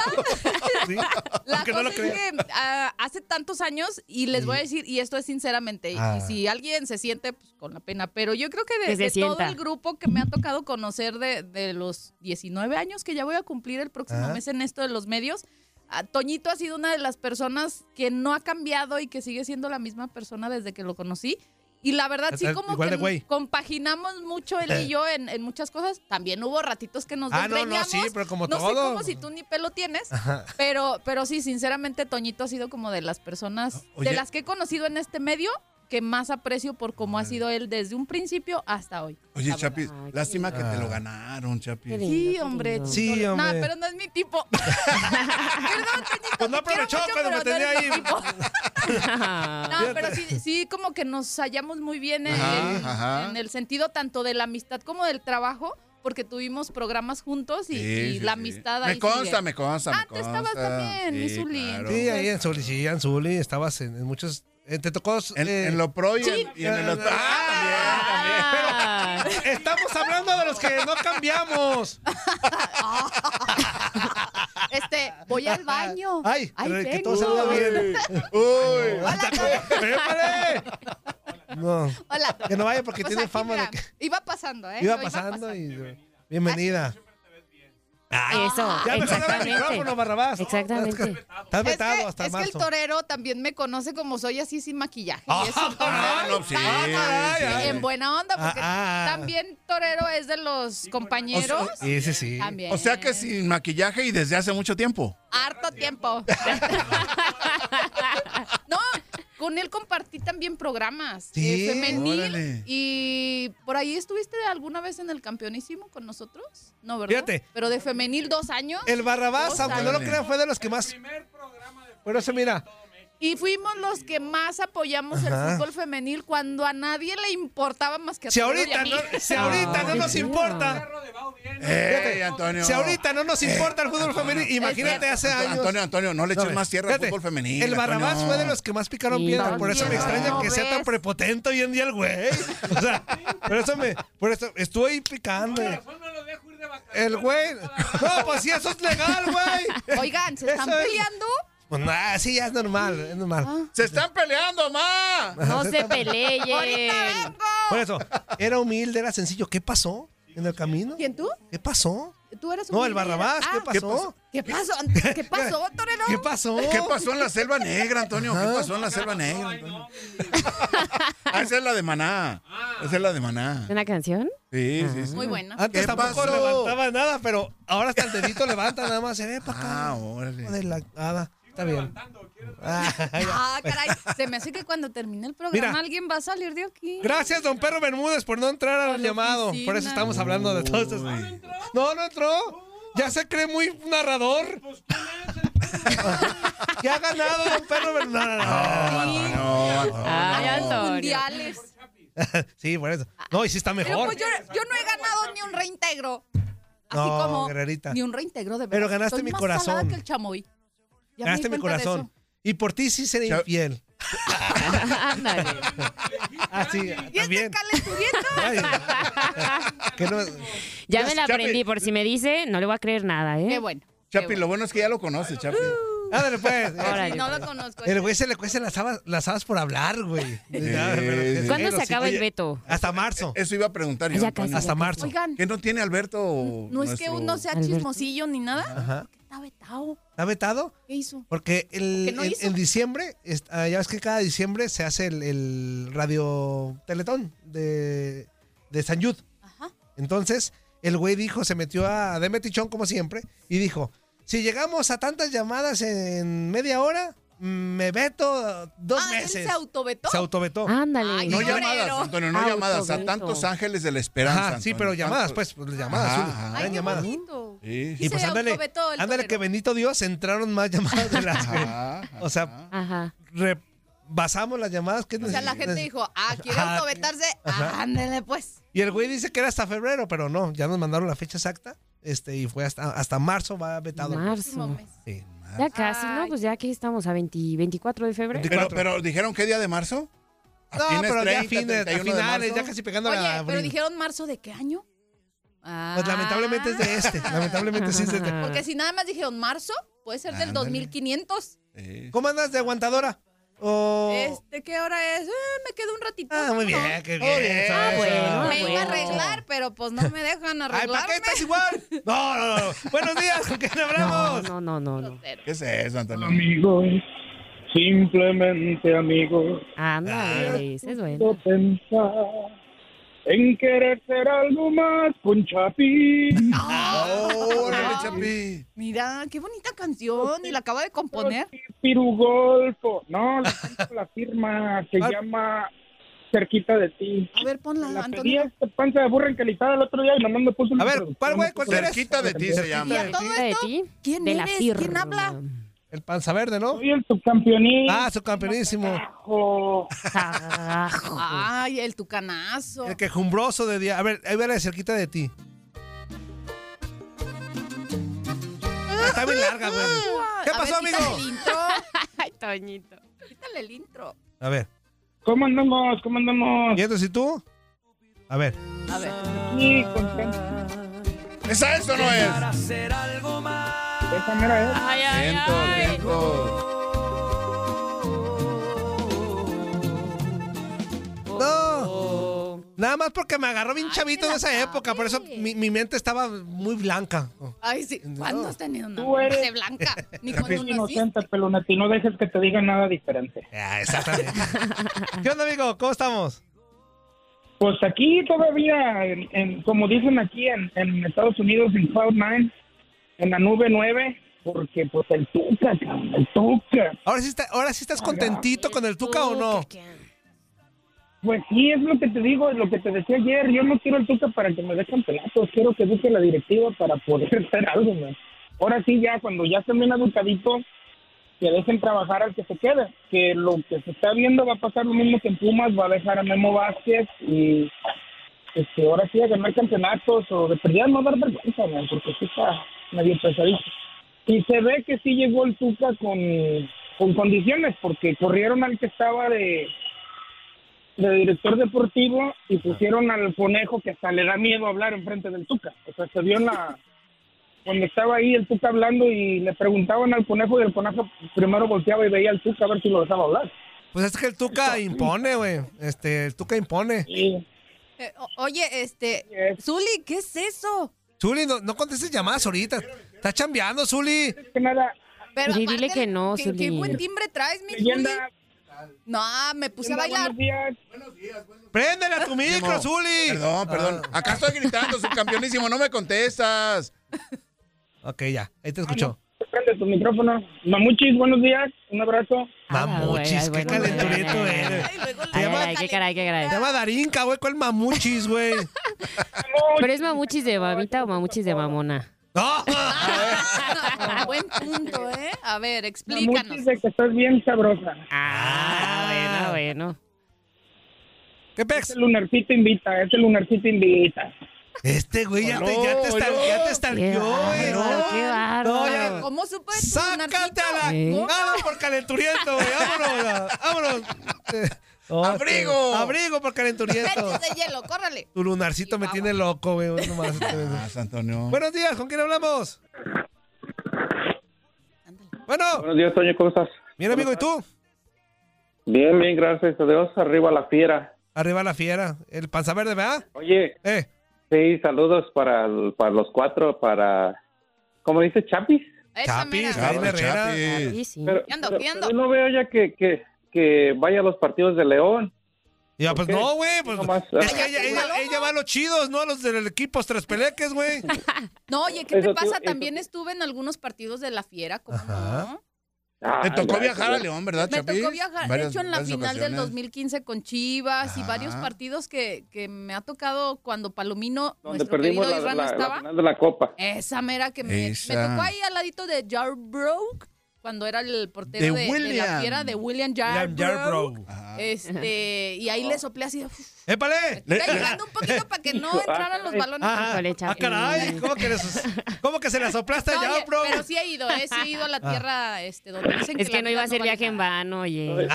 [SPEAKER 13] La
[SPEAKER 4] Aunque no
[SPEAKER 13] cosa
[SPEAKER 4] lo
[SPEAKER 13] es
[SPEAKER 4] creas.
[SPEAKER 13] que ah, hace tantos años, y les voy a decir, y esto es sinceramente, y-
[SPEAKER 4] Ah.
[SPEAKER 13] y si alguien se siente, pues con la pena, pero yo creo que de,
[SPEAKER 5] Que se
[SPEAKER 13] de todo
[SPEAKER 5] sienta.
[SPEAKER 13] el grupo que me ha tocado conocer de, de los 19 años que ya voy a cumplir el próximo
[SPEAKER 5] Ah.
[SPEAKER 13] mes en esto de los medios, ah, Toñito ha sido una de las personas que no ha cambiado y que sigue siendo la misma persona desde que lo conocí. Y la verdad, sí,
[SPEAKER 3] Hasta
[SPEAKER 13] como
[SPEAKER 3] igual de güey.
[SPEAKER 13] que compaginamos mucho él
[SPEAKER 4] Eh.
[SPEAKER 13] y yo en, en muchas cosas. También hubo ratitos que nos
[SPEAKER 3] Ah, no, no,
[SPEAKER 13] desgreñamos.
[SPEAKER 3] sí, pero como
[SPEAKER 13] No sé
[SPEAKER 3] todo.
[SPEAKER 13] cómo si tú ni pelo tienes,
[SPEAKER 3] Ajá.
[SPEAKER 13] pero, pero sí, sinceramente, Toñito ha sido como de las personas,
[SPEAKER 3] Oye.
[SPEAKER 13] de las que he conocido en este medio, que más aprecio por cómo ha sido él desde un principio hasta hoy.
[SPEAKER 4] Oye, Chapis, lástima que te
[SPEAKER 3] lindo.
[SPEAKER 4] lo ganaron, Chapis.
[SPEAKER 3] Qué
[SPEAKER 13] Sí, hombre.
[SPEAKER 3] Sí,
[SPEAKER 13] Toñito.
[SPEAKER 3] hombre.
[SPEAKER 13] Nah, pero no es mi tipo.
[SPEAKER 3] Pues no
[SPEAKER 13] quiero
[SPEAKER 3] aprovechó
[SPEAKER 13] mucho,
[SPEAKER 3] cuando me
[SPEAKER 13] pero no
[SPEAKER 3] tenía
[SPEAKER 13] eres
[SPEAKER 3] ahí.
[SPEAKER 13] mi tipo. No,
[SPEAKER 5] <laughs>
[SPEAKER 3] Ah, Fíjate.
[SPEAKER 13] pero sí, sí, como que nos hallamos muy bien en,
[SPEAKER 3] Ajá,
[SPEAKER 13] en-
[SPEAKER 3] ajá.
[SPEAKER 13] en el sentido tanto de la amistad como del trabajo, porque tuvimos programas juntos y,
[SPEAKER 4] Sí,
[SPEAKER 13] y
[SPEAKER 4] sí,
[SPEAKER 13] la
[SPEAKER 4] sí.
[SPEAKER 13] amistad
[SPEAKER 4] Me
[SPEAKER 13] ahí
[SPEAKER 4] consta,
[SPEAKER 13] sigue.
[SPEAKER 4] me consta, me
[SPEAKER 13] Antes estabas
[SPEAKER 4] consta.
[SPEAKER 13] también,
[SPEAKER 4] Sí,
[SPEAKER 13] Misuli.
[SPEAKER 4] claro.
[SPEAKER 3] Sí, ahí en Zuli, sí, en Zuli estabas en, en muchos. eh, Ah, te tocó. En,
[SPEAKER 4] lo pro y, en, el Ah,
[SPEAKER 13] Ah.
[SPEAKER 4] <laughs>
[SPEAKER 3] Estamos hablando de los que no cambiamos.
[SPEAKER 13] Este, voy al baño.
[SPEAKER 3] Ay,
[SPEAKER 13] Ahí
[SPEAKER 3] pero que
[SPEAKER 13] vengo.
[SPEAKER 3] todo salga bien.
[SPEAKER 4] Uy.
[SPEAKER 3] ¡Prepare! No.
[SPEAKER 13] Hola.
[SPEAKER 3] <laughs> Que no vaya porque
[SPEAKER 13] Pues
[SPEAKER 3] tiene
[SPEAKER 13] aquí,
[SPEAKER 3] fama de
[SPEAKER 13] mira,
[SPEAKER 3] que
[SPEAKER 13] Iba pasando, ¿eh?
[SPEAKER 3] iba pasando y. Bienvenida.
[SPEAKER 13] Ah,
[SPEAKER 5] Eso,
[SPEAKER 3] Ya me sacaron el
[SPEAKER 5] exactamente.
[SPEAKER 3] micrófono, Barrabás.
[SPEAKER 5] Exactamente.
[SPEAKER 3] Es que Estás vetado hasta
[SPEAKER 13] Es que el
[SPEAKER 3] marzo.
[SPEAKER 13] torero también me conoce como soy así sin maquillaje.
[SPEAKER 3] Ah,
[SPEAKER 4] <laughs>
[SPEAKER 13] y eso
[SPEAKER 4] Ah, no, sí, sí, sí.
[SPEAKER 13] en buena onda, porque
[SPEAKER 4] Ah, ah.
[SPEAKER 13] también torero es de los compañeros.
[SPEAKER 4] Sí, sí, sí.
[SPEAKER 13] También.
[SPEAKER 4] O sea que sin maquillaje y desde hace mucho
[SPEAKER 3] eh,
[SPEAKER 4] tiempo.
[SPEAKER 13] Harto tiempo. no, con él compartí también programas.
[SPEAKER 4] Sí,
[SPEAKER 13] eh, femenil.
[SPEAKER 4] órale.
[SPEAKER 13] Y por ahí estuviste alguna vez en el campeonísimo con nosotros. No, ¿verdad?
[SPEAKER 3] Fíjate.
[SPEAKER 13] Pero de femenil dos años.
[SPEAKER 3] El Barrabás,
[SPEAKER 13] Dos
[SPEAKER 3] aunque no lo
[SPEAKER 13] años.
[SPEAKER 3] crean, fue de los que más. Bueno, se mira.
[SPEAKER 13] Y fuimos los que más apoyamos
[SPEAKER 3] Ajá.
[SPEAKER 13] el fútbol femenil cuando a nadie le importaba más que a
[SPEAKER 3] Si
[SPEAKER 13] Toño y a
[SPEAKER 3] ahorita
[SPEAKER 13] mí. Ah.
[SPEAKER 3] no, si ahorita no nos importa. Fíjate,
[SPEAKER 4] Antonio.
[SPEAKER 3] Si ahorita no nos importa el fútbol femenil, imagínate hace
[SPEAKER 4] Antonio,
[SPEAKER 3] años.
[SPEAKER 4] Antonio, Antonio, no le eches
[SPEAKER 3] No,
[SPEAKER 4] más tierra al
[SPEAKER 3] fíjate,
[SPEAKER 4] fútbol femenil.
[SPEAKER 3] El Barrabás
[SPEAKER 4] Antonio.
[SPEAKER 3] fue de los que más picaron
[SPEAKER 4] Sí,
[SPEAKER 3] piedra, por eso me
[SPEAKER 4] también,
[SPEAKER 3] extraña
[SPEAKER 4] ¿no
[SPEAKER 3] que sea tan
[SPEAKER 4] ves?
[SPEAKER 3] prepotente hoy en día el güey. O sea, por eso me, por eso estuve ahí picando. El güey. No, pues sí, eso es legal, güey.
[SPEAKER 13] Oigan, ¿se están
[SPEAKER 3] Eso es-
[SPEAKER 13] peleando?
[SPEAKER 3] Pues nada, sí, ya es normal, es normal.
[SPEAKER 4] ¡Se están peleando, ma!
[SPEAKER 5] No se peleen.
[SPEAKER 3] Por eso, era humilde, era sencillo. ¿Qué pasó en el camino?
[SPEAKER 13] ¿Quién tú?
[SPEAKER 3] ¿Qué pasó?
[SPEAKER 13] ¿Tú eres
[SPEAKER 3] No,
[SPEAKER 13] humilde?
[SPEAKER 3] el Barrabás, ¿qué
[SPEAKER 13] Ah,
[SPEAKER 3] pasó?
[SPEAKER 13] ¿Qué pasó? ¿Qué pasó, Torero?
[SPEAKER 3] ¿Qué pasó?
[SPEAKER 4] ¿Qué pasó en la selva negra, Antonio? ¿Qué pasó en la selva negra? Antonio? Ah, esa es la de Maná. Esa es la de Maná.
[SPEAKER 5] ¿Una canción?
[SPEAKER 4] Sí, sí, sí.
[SPEAKER 13] Muy buena.
[SPEAKER 3] Antes
[SPEAKER 4] ¿Qué
[SPEAKER 3] tampoco
[SPEAKER 4] pasó?
[SPEAKER 3] levantaba nada, pero ahora hasta el dedito levanta, nada más se ve para acá.
[SPEAKER 4] Ah, órale.
[SPEAKER 3] Hijo de la- nada, Está bien. <laughs>
[SPEAKER 13] Ah, caray. Se me hace que cuando termine el programa
[SPEAKER 3] Mira.
[SPEAKER 13] alguien va a salir de aquí.
[SPEAKER 3] Gracias, don Perro Bermúdez, por no entrar al llamado.
[SPEAKER 13] oficina.
[SPEAKER 3] Por eso estamos hablando de todos estos. ¿Ah, No, no Pues, entró. Ya se cree muy <laughs> narrador. Ya ha ganado don Perro Bermúdez. No, no, no,
[SPEAKER 4] no,
[SPEAKER 3] no,
[SPEAKER 4] no,
[SPEAKER 13] Ah,
[SPEAKER 3] no.
[SPEAKER 13] Mundiales.
[SPEAKER 3] Sí, por eso. No, y sí está
[SPEAKER 13] Ah. Pero
[SPEAKER 3] mejor.
[SPEAKER 13] pues yo, yo no he ganado ni un reintegro. Así
[SPEAKER 3] No,
[SPEAKER 13] como
[SPEAKER 3] Oh, guerrerita.
[SPEAKER 13] ni un reintegro de verdad.
[SPEAKER 3] Pero ganaste
[SPEAKER 13] Estoy
[SPEAKER 3] mi
[SPEAKER 13] más
[SPEAKER 3] corazón.
[SPEAKER 13] salada que el chamoy. Ya me
[SPEAKER 3] Ganaste
[SPEAKER 13] di
[SPEAKER 3] mi
[SPEAKER 13] cuenta de
[SPEAKER 3] corazón. Y por ti sí seré infiel.
[SPEAKER 13] eso. Ándale.
[SPEAKER 3] <laughs> Así, también. Que no-
[SPEAKER 5] Ya
[SPEAKER 4] Ya-
[SPEAKER 5] me
[SPEAKER 4] ya
[SPEAKER 5] la
[SPEAKER 4] me-
[SPEAKER 5] aprendí, por si me dice, no le voy a creer nada, ¿eh? Qué
[SPEAKER 13] bueno.
[SPEAKER 4] Chapi, lo bueno es que ya lo conoces, Chapi.
[SPEAKER 3] Ándale, pues.
[SPEAKER 5] Órale,
[SPEAKER 13] no lo conozco.
[SPEAKER 3] El güey se le cuecen las habas, las habas por hablar, güey.
[SPEAKER 4] sí. ¿Cuándo se acaba el veto?
[SPEAKER 3] Hasta marzo.
[SPEAKER 4] Eso iba a preguntar yo.
[SPEAKER 3] Ya casi,
[SPEAKER 4] Antonio.
[SPEAKER 3] ya Hasta casi. marzo.
[SPEAKER 13] Ah, Oigan.
[SPEAKER 4] ¿Qué no tiene Alberto?
[SPEAKER 13] No es que uno sea chismosillo ni nada.
[SPEAKER 3] Ajá.
[SPEAKER 13] Está vetado.
[SPEAKER 3] ¿Está vetado?
[SPEAKER 13] ¿Qué hizo?
[SPEAKER 3] Porque el,
[SPEAKER 13] Porque no
[SPEAKER 3] en,
[SPEAKER 13] hizo.
[SPEAKER 3] en diciembre, es- ah, ya ves que cada diciembre se hace el, el radio teletón de, de San Yud. Entonces, el güey dijo, se metió a de metichón como siempre, y dijo, si llegamos a tantas llamadas en media hora, mm, me veto dos
[SPEAKER 13] Ah, él
[SPEAKER 3] meses.
[SPEAKER 13] se autovetó.
[SPEAKER 3] Se autovetó.
[SPEAKER 5] Ándale.
[SPEAKER 4] No
[SPEAKER 3] Llorero.
[SPEAKER 4] llamadas, Antonio, no llamadas. A
[SPEAKER 3] Autoveto.
[SPEAKER 4] tantos ángeles de la esperanza.
[SPEAKER 3] Ajá, sí,
[SPEAKER 4] Antonio.
[SPEAKER 3] pero llamadas, pues,
[SPEAKER 4] Tantos-
[SPEAKER 3] pues, llamadas,
[SPEAKER 4] Ajá,
[SPEAKER 3] sí,
[SPEAKER 4] ajá.
[SPEAKER 3] eran llamadas.
[SPEAKER 13] Bonito.
[SPEAKER 4] Sí.
[SPEAKER 3] Y pues
[SPEAKER 13] Se
[SPEAKER 3] ándale,
[SPEAKER 13] autovetó el
[SPEAKER 3] ándale que bendito Dios, entraron más llamadas de las que- O sea,
[SPEAKER 5] Ajá.
[SPEAKER 3] basamos las llamadas que
[SPEAKER 13] O sea, la gente dijo, ah, quiere
[SPEAKER 3] Ajá.
[SPEAKER 13] autovetarse.
[SPEAKER 3] Ajá.
[SPEAKER 13] Ándale, pues.
[SPEAKER 3] Y el güey dice que era hasta febrero, pero no, ya nos mandaron la fecha exacta. Este, y fue hasta, hasta marzo va vetado.
[SPEAKER 5] Marzo.
[SPEAKER 3] Sí.
[SPEAKER 5] Ya casi, ¿no? Pues ya que estamos a 20 24 de febrero.
[SPEAKER 4] Pero, pero dijeron qué día de marzo? ¿A
[SPEAKER 3] No,
[SPEAKER 4] fines
[SPEAKER 3] pero ya
[SPEAKER 4] 30,
[SPEAKER 3] fines,
[SPEAKER 4] 31
[SPEAKER 3] a
[SPEAKER 4] de
[SPEAKER 3] finales,
[SPEAKER 4] marzo?
[SPEAKER 3] ya casi pegando
[SPEAKER 13] Oye,
[SPEAKER 3] a
[SPEAKER 13] pero
[SPEAKER 3] abril.
[SPEAKER 13] dijeron marzo de qué año? Ah,
[SPEAKER 3] Pues lamentablemente es de este, lamentablemente sí es de este.
[SPEAKER 13] Porque si nada más dijeron marzo, puede ser del
[SPEAKER 3] Ándale.
[SPEAKER 13] 2500.
[SPEAKER 3] ¿Cómo andas de aguantadora? O-
[SPEAKER 13] Este, ¿qué hora es? Eh, me quedo un ratito.
[SPEAKER 3] Oh. Ah, muy bien, qué bien.
[SPEAKER 13] Ah,
[SPEAKER 3] eso,
[SPEAKER 13] bueno,
[SPEAKER 3] eso.
[SPEAKER 13] me iba a arreglar, pero pues
[SPEAKER 3] <laughs>
[SPEAKER 13] no me dejan
[SPEAKER 3] Ay,
[SPEAKER 13] arreglar.
[SPEAKER 3] ¿para qué estás igual? No, no, no. Buenos días, ¿con quién hablamos?
[SPEAKER 5] No, no, no, no.
[SPEAKER 4] ¿Qué es eso, Antonio?
[SPEAKER 14] amigos, simplemente amigos.
[SPEAKER 5] Ándale, ese es bueno.
[SPEAKER 14] Puedo pensar en querer ser algo más con Chapi.
[SPEAKER 3] Oh,
[SPEAKER 13] Mira, qué bonita canción. Y la acaba de componer.
[SPEAKER 14] Pirugolfo. No,
[SPEAKER 3] <laughs>
[SPEAKER 14] la canto la firma se
[SPEAKER 3] Ah.
[SPEAKER 14] llama Cerquita de ti.
[SPEAKER 13] A ver, ponla,
[SPEAKER 14] La
[SPEAKER 13] Antonio.
[SPEAKER 14] pedí este esta panza de burra encalitada el otro día y nomás me puso una
[SPEAKER 3] A ver,
[SPEAKER 14] introducción,
[SPEAKER 3] ¿cuál, güey?
[SPEAKER 14] no
[SPEAKER 3] ¿Cuál
[SPEAKER 14] puso-
[SPEAKER 3] eres? Cerquita de ti se Cerquita llama.
[SPEAKER 13] ¿Y
[SPEAKER 3] de
[SPEAKER 13] a
[SPEAKER 3] ti.
[SPEAKER 13] todo
[SPEAKER 5] de
[SPEAKER 13] esto? ¿Quién
[SPEAKER 3] De la
[SPEAKER 13] eres?
[SPEAKER 3] firma.
[SPEAKER 13] ¿Quién habla?
[SPEAKER 3] El panza verde, ¿no?
[SPEAKER 14] Soy el subcampeonista.
[SPEAKER 3] Ah, su campeonísimo.
[SPEAKER 13] Ay, el tucanazo.
[SPEAKER 3] El quejumbroso de día. A ver, ahí va la de cerquita de ti. Está bien larga, güey. ¿Qué
[SPEAKER 13] A
[SPEAKER 3] pasó,
[SPEAKER 13] ver, quítale
[SPEAKER 3] amigo?
[SPEAKER 13] el intro.
[SPEAKER 5] Ay, Toñito.
[SPEAKER 13] Quítale el intro.
[SPEAKER 3] A ver.
[SPEAKER 14] ¿Cómo andamos? ¿Cómo andamos?
[SPEAKER 3] ¿Y entonces y tú? A ver.
[SPEAKER 13] A ver.
[SPEAKER 14] Aquí, contento.
[SPEAKER 4] ¿Esa eso no es?
[SPEAKER 14] Esa mera es.
[SPEAKER 5] Ay, ay,
[SPEAKER 4] Lento,
[SPEAKER 5] ay.
[SPEAKER 4] lento.
[SPEAKER 3] No. Nada más porque me agarró bien chavito en esa época. Por eso mi, mi mente estaba muy blanca.
[SPEAKER 13] Ay, sí. ¿Cuándo has tenido una
[SPEAKER 14] Tú eres-
[SPEAKER 13] mente blanca? Ni cuando
[SPEAKER 14] Eres
[SPEAKER 13] naciste.
[SPEAKER 14] inocente, pelonete, y no dejes que te digan nada diferente.
[SPEAKER 3] Ah,
[SPEAKER 13] <laughs>
[SPEAKER 3] exactamente. ¿Qué onda, amigo? ¿Cómo estamos?
[SPEAKER 14] Pues aquí todavía, en- en- como dicen aquí en, en Estados Unidos, en Cloud9, en la nube 9, porque pues el Tuca, cabrón, el Tuca.
[SPEAKER 3] ¿Ahora sí, está- ahora sí estás contentito con el Tuca o no?
[SPEAKER 14] Pues sí, es lo que te digo, es lo que te decía ayer. Yo no quiero el Tuca para que me dé campeonatos, quiero que busque la directiva para poder <laughs> hacer algo, man. Ahora sí, ya, cuando ya estén bien educadito, que dejen trabajar al que se quede. Que lo que se está viendo va a pasar lo mismo que en Pumas, va a dejar a Memo Vázquez y este, ahora sí a ganar campeonatos o de perdida no dar vergüenza, man, porque sí está medio pesadito. Y se ve que sí llegó el Tuca con, con condiciones, porque corrieron al que estaba de, de director deportivo y pusieron al conejo que hasta le da miedo hablar enfrente del Tuca. O sea, se vio en la... Cuando estaba ahí el Tuca hablando y le preguntaban al conejo y el conejo primero volteaba y veía al Tuca a ver si lo dejaba hablar.
[SPEAKER 3] Pues es que el Tuca impone, güey. Este, el Tuca impone.
[SPEAKER 13] Eh, o- oye, este, Zuli, ¿qué es eso?
[SPEAKER 3] Zuli, no, no contestes llamadas ahorita. Estás chambeando, Zuli.
[SPEAKER 13] Pero
[SPEAKER 3] Zuli,
[SPEAKER 13] aparte,
[SPEAKER 3] dile que no,
[SPEAKER 13] ¿qué,
[SPEAKER 3] Zuli.
[SPEAKER 13] qué buen timbre traes, mi
[SPEAKER 3] Leyenda.
[SPEAKER 13] Zuli? No, me puse a
[SPEAKER 3] Leyenda,
[SPEAKER 13] bailar. <laughs>
[SPEAKER 3] Préndele a tu micro,
[SPEAKER 4] Primo,
[SPEAKER 3] Zuli. Ah.
[SPEAKER 4] Perdón, perdón. Acá estoy gritando, subcampeonísimo, no me contestas.
[SPEAKER 3] Ok, ya. Ahí te escucho.
[SPEAKER 14] Prende tu micrófono. Mamuchis, buenos días. Un abrazo.
[SPEAKER 3] Mamuchis, qué calenturito eres.
[SPEAKER 5] Ay, ay, ay, qué caray, qué
[SPEAKER 3] Se
[SPEAKER 5] caray.
[SPEAKER 3] llama Darinka, güey, ¿cuál mamuchis, güey?
[SPEAKER 5] <laughs> ¿Pero es mamuchis de babita o mamuchis de mamona?
[SPEAKER 3] ¡No!
[SPEAKER 13] Ah, Buen punto, ¿eh? A ver, explícanos.
[SPEAKER 14] Mamuchis de que estás bien sabrosa.
[SPEAKER 5] Ah, bueno.
[SPEAKER 3] ¿Qué
[SPEAKER 14] Ese lunarcito invita, ese lunarcito invita.
[SPEAKER 3] Este güey ya, te, ya te estal- ya te estalqueó, güey. No, no, ya-
[SPEAKER 13] ¿Cómo supo de tu
[SPEAKER 3] ¡Sácate
[SPEAKER 13] narquito?
[SPEAKER 3] a la
[SPEAKER 13] ¿Eh?
[SPEAKER 3] nada por calenturiento, güey! ¡Vámonos! ya, ¡Vámonos! Eh, oh,
[SPEAKER 13] ¡Abrigo!
[SPEAKER 3] ¡Abrigo por calenturiento!
[SPEAKER 13] Pechos de hielo, córrale.
[SPEAKER 3] Tu lunarcito me tiene loco, güey. hoy nomás.
[SPEAKER 4] Antonio.
[SPEAKER 3] Buenos días, ¿con quién hablamos? Bueno,
[SPEAKER 15] Buenos días, Toño, ¿cómo estás?
[SPEAKER 3] bien amigo, ¿y tú?
[SPEAKER 15] Bien, bien, gracias a Dios. Arriba la fiera.
[SPEAKER 3] Arriba la fiera, el panza verde, ¿verdad?
[SPEAKER 15] Oye.
[SPEAKER 3] Eh.
[SPEAKER 15] Sí, saludos para, el- para los cuatro, para... ¿Cómo dice? ¿Chapis?
[SPEAKER 13] Chapis,
[SPEAKER 15] Jaime Herrera. Pero-
[SPEAKER 13] ¿Qué ando?
[SPEAKER 15] pero-
[SPEAKER 13] ¿Qué ando?
[SPEAKER 15] pero no veo ya que, que, que vaya a los partidos de León.
[SPEAKER 3] Ya, pues no, güey. Pues,
[SPEAKER 15] eh,
[SPEAKER 3] Es que ella, ella- ella va a los chidos, ¿no? A los del equipo tres peleques, güey.
[SPEAKER 13] No, oye, ¿qué te
[SPEAKER 3] Eso, tío,
[SPEAKER 13] pasa?
[SPEAKER 3] eso.
[SPEAKER 13] También estuve en algunos partidos de la fiera. como-
[SPEAKER 3] Ajá.
[SPEAKER 4] Te tocó
[SPEAKER 15] ya,
[SPEAKER 4] viajar a
[SPEAKER 15] ya.
[SPEAKER 4] León, ¿verdad,
[SPEAKER 13] Me
[SPEAKER 4] Chapi?
[SPEAKER 13] tocó viajar, de
[SPEAKER 4] Ah, Varias-
[SPEAKER 13] hecho, en la
[SPEAKER 4] varias
[SPEAKER 13] final del
[SPEAKER 4] ocasiones.
[SPEAKER 13] 2015 con Chivas y
[SPEAKER 4] Ajá.
[SPEAKER 13] varios partidos que, que me ha tocado cuando Palomino,
[SPEAKER 15] Donde
[SPEAKER 13] nuestro
[SPEAKER 15] perdimos
[SPEAKER 13] querido
[SPEAKER 15] la,
[SPEAKER 13] Israel, no
[SPEAKER 15] la- la
[SPEAKER 13] estaba.
[SPEAKER 15] final de la Copa.
[SPEAKER 13] Esa mera que me,
[SPEAKER 15] Esa.
[SPEAKER 13] me tocó ahí al ladito de Jarbrook, cuando era el portero
[SPEAKER 15] De
[SPEAKER 13] de, de
[SPEAKER 15] William.
[SPEAKER 13] la fiera de William
[SPEAKER 3] William
[SPEAKER 13] Jarbrook.
[SPEAKER 3] Yarbrough.
[SPEAKER 4] Ah.
[SPEAKER 13] Este, y ahí le soplé así. uf,
[SPEAKER 3] ¡Épale!
[SPEAKER 13] Le- ayudando un poquito para que no entraran los balones.
[SPEAKER 3] Ah,
[SPEAKER 13] Híjole,
[SPEAKER 3] ah,
[SPEAKER 13] Chapi.
[SPEAKER 3] caray, ¿cómo que, le sos- cómo que se la soplaste
[SPEAKER 13] No,
[SPEAKER 3] ya,
[SPEAKER 13] oye,
[SPEAKER 3] bro?
[SPEAKER 13] Pero sí he ido, eh, sí he ido a la
[SPEAKER 3] Ah.
[SPEAKER 13] tierra este, donde dicen
[SPEAKER 5] Es que
[SPEAKER 13] la
[SPEAKER 5] no iba
[SPEAKER 13] vida
[SPEAKER 5] a ser
[SPEAKER 13] vale
[SPEAKER 5] viaje en vano, oye.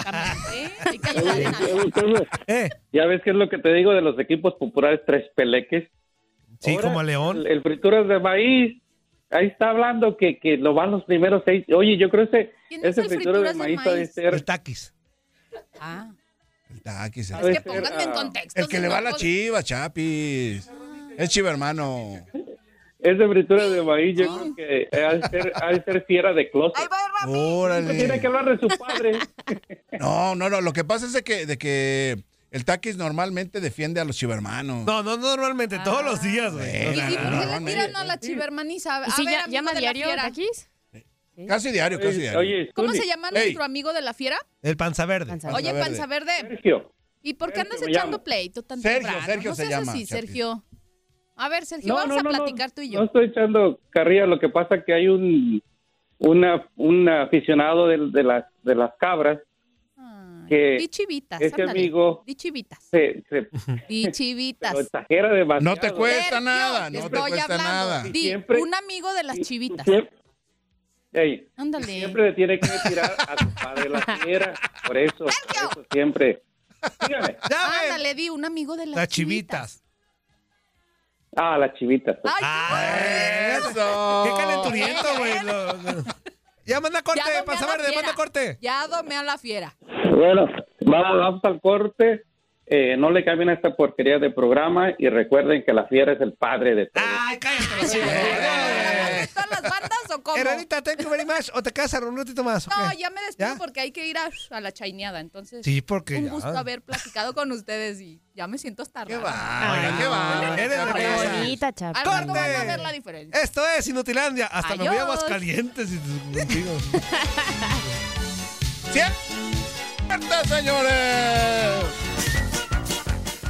[SPEAKER 4] Eh.
[SPEAKER 15] ¿Ya ves qué es lo que te digo de los equipos populares tres peleques?
[SPEAKER 3] Sí, como a León.
[SPEAKER 15] El, el frituras de maíz. Ahí está hablando que, que lo van los primeros seis. Oye, yo creo que
[SPEAKER 13] ¿Quién
[SPEAKER 15] ese, ese
[SPEAKER 13] dice el
[SPEAKER 15] frituras de
[SPEAKER 13] frituras del
[SPEAKER 15] maíz ha de
[SPEAKER 13] maíz?
[SPEAKER 15] ser...
[SPEAKER 3] El taquis.
[SPEAKER 13] Ah,
[SPEAKER 4] Taquis,
[SPEAKER 15] Es
[SPEAKER 4] el-
[SPEAKER 15] que pónganme en
[SPEAKER 4] Ah.
[SPEAKER 15] contexto,
[SPEAKER 4] El que
[SPEAKER 15] si
[SPEAKER 4] le
[SPEAKER 15] no,
[SPEAKER 4] va a la
[SPEAKER 15] pues-
[SPEAKER 4] chiva, Chapis. Es chiva, hermano.
[SPEAKER 15] Ese fritura de maíz, yo creo que ha de ser, ha de ser fiera de closet.
[SPEAKER 4] Órale.
[SPEAKER 15] Pues Tiene que hablar de
[SPEAKER 13] <laughs>
[SPEAKER 15] su padre.
[SPEAKER 4] No, no, no. Lo que pasa es de que, de que el taquis normalmente defiende a los chivermanos.
[SPEAKER 3] No, no, normalmente, todos los días, güey.
[SPEAKER 13] ¿Y, y
[SPEAKER 15] pues,
[SPEAKER 13] por qué le tiran a la chivermaniza? A
[SPEAKER 5] ¿Y si
[SPEAKER 13] ver,
[SPEAKER 5] ya-
[SPEAKER 13] amigo
[SPEAKER 5] llama
[SPEAKER 13] de la
[SPEAKER 5] diario,
[SPEAKER 13] fiera.
[SPEAKER 4] Casi diario, casi diario.
[SPEAKER 13] ¿Cómo se llama nuestro amigo de la fiera?
[SPEAKER 3] El panza verde.
[SPEAKER 13] Oye, panza verde.
[SPEAKER 15] Sergio.
[SPEAKER 13] ¿Y por qué andas
[SPEAKER 3] me
[SPEAKER 13] echando
[SPEAKER 3] llamo.
[SPEAKER 13] pleito tan
[SPEAKER 3] Sergio,
[SPEAKER 13] temprano?
[SPEAKER 3] Sergio
[SPEAKER 13] no
[SPEAKER 3] se
[SPEAKER 13] seas
[SPEAKER 3] llama,
[SPEAKER 13] así,
[SPEAKER 3] Chapis.
[SPEAKER 13] Sergio. A ver, Sergio,
[SPEAKER 15] No,
[SPEAKER 13] vamos
[SPEAKER 15] no,
[SPEAKER 13] a
[SPEAKER 15] no, no.
[SPEAKER 13] platicar tú y yo.
[SPEAKER 15] No estoy echando carrilla, lo que pasa que hay un una, un aficionado de, de las, de las cabras
[SPEAKER 13] Ah,
[SPEAKER 15] que
[SPEAKER 13] Di chivitas,
[SPEAKER 15] ese
[SPEAKER 13] ándale.
[SPEAKER 15] amigo
[SPEAKER 13] Di chivitas,
[SPEAKER 15] se, se-
[SPEAKER 13] di chivitas.
[SPEAKER 15] lo exagera demasiado.
[SPEAKER 4] No te cuesta
[SPEAKER 13] Sergio,
[SPEAKER 3] Ah,
[SPEAKER 4] nada,
[SPEAKER 13] te
[SPEAKER 4] no te
[SPEAKER 13] estoy
[SPEAKER 4] cuesta
[SPEAKER 13] hablando.
[SPEAKER 4] nada.
[SPEAKER 13] Di,
[SPEAKER 15] Siempre-
[SPEAKER 13] un amigo de las chivitas.
[SPEAKER 15] Siempre, Ey,
[SPEAKER 13] Ándale.
[SPEAKER 15] siempre le tiene que tirar a tu padre la fiera, por eso, por eso siempre.
[SPEAKER 13] Ándale, di un amigo de las
[SPEAKER 15] Las
[SPEAKER 3] chivitas.
[SPEAKER 15] Ah, las chivitas.
[SPEAKER 3] Ah, ¡Eso! ¡Qué calenturiento, güey! Lo- lo- Ya manda corte,
[SPEAKER 13] Ya,
[SPEAKER 3] panza
[SPEAKER 13] domeada
[SPEAKER 3] verde,
[SPEAKER 13] fiera.
[SPEAKER 3] manda corte.
[SPEAKER 13] Ya domé a la fiera.
[SPEAKER 15] Bueno, vamos, vamos al corte. Eh, no le cambien a esta porquería de programa y recuerden que la fiera es el padre de todos.
[SPEAKER 13] ¿Todas las bandas o cómo?
[SPEAKER 3] Hermanita, thank you very much. ¿O te quedas a un ratito más?
[SPEAKER 13] No,
[SPEAKER 3] ok?
[SPEAKER 13] ya me despido porque hay que ir a, a la chaineada, entonces.
[SPEAKER 3] Sí, porque
[SPEAKER 13] Un
[SPEAKER 3] ya.
[SPEAKER 13] gusto haber platicado con ustedes y ya me siento hasta ¿Qué
[SPEAKER 3] Ay,
[SPEAKER 13] va?
[SPEAKER 3] qué va. Eres de casa.
[SPEAKER 5] bonita, chapa.
[SPEAKER 13] Al rato van a ver la diferencia.
[SPEAKER 3] Esto es Inutilandia. Hasta me voy a
[SPEAKER 13] Adiós.
[SPEAKER 3] Aguascalientes y contigo.
[SPEAKER 4] ¡Cierto, señores!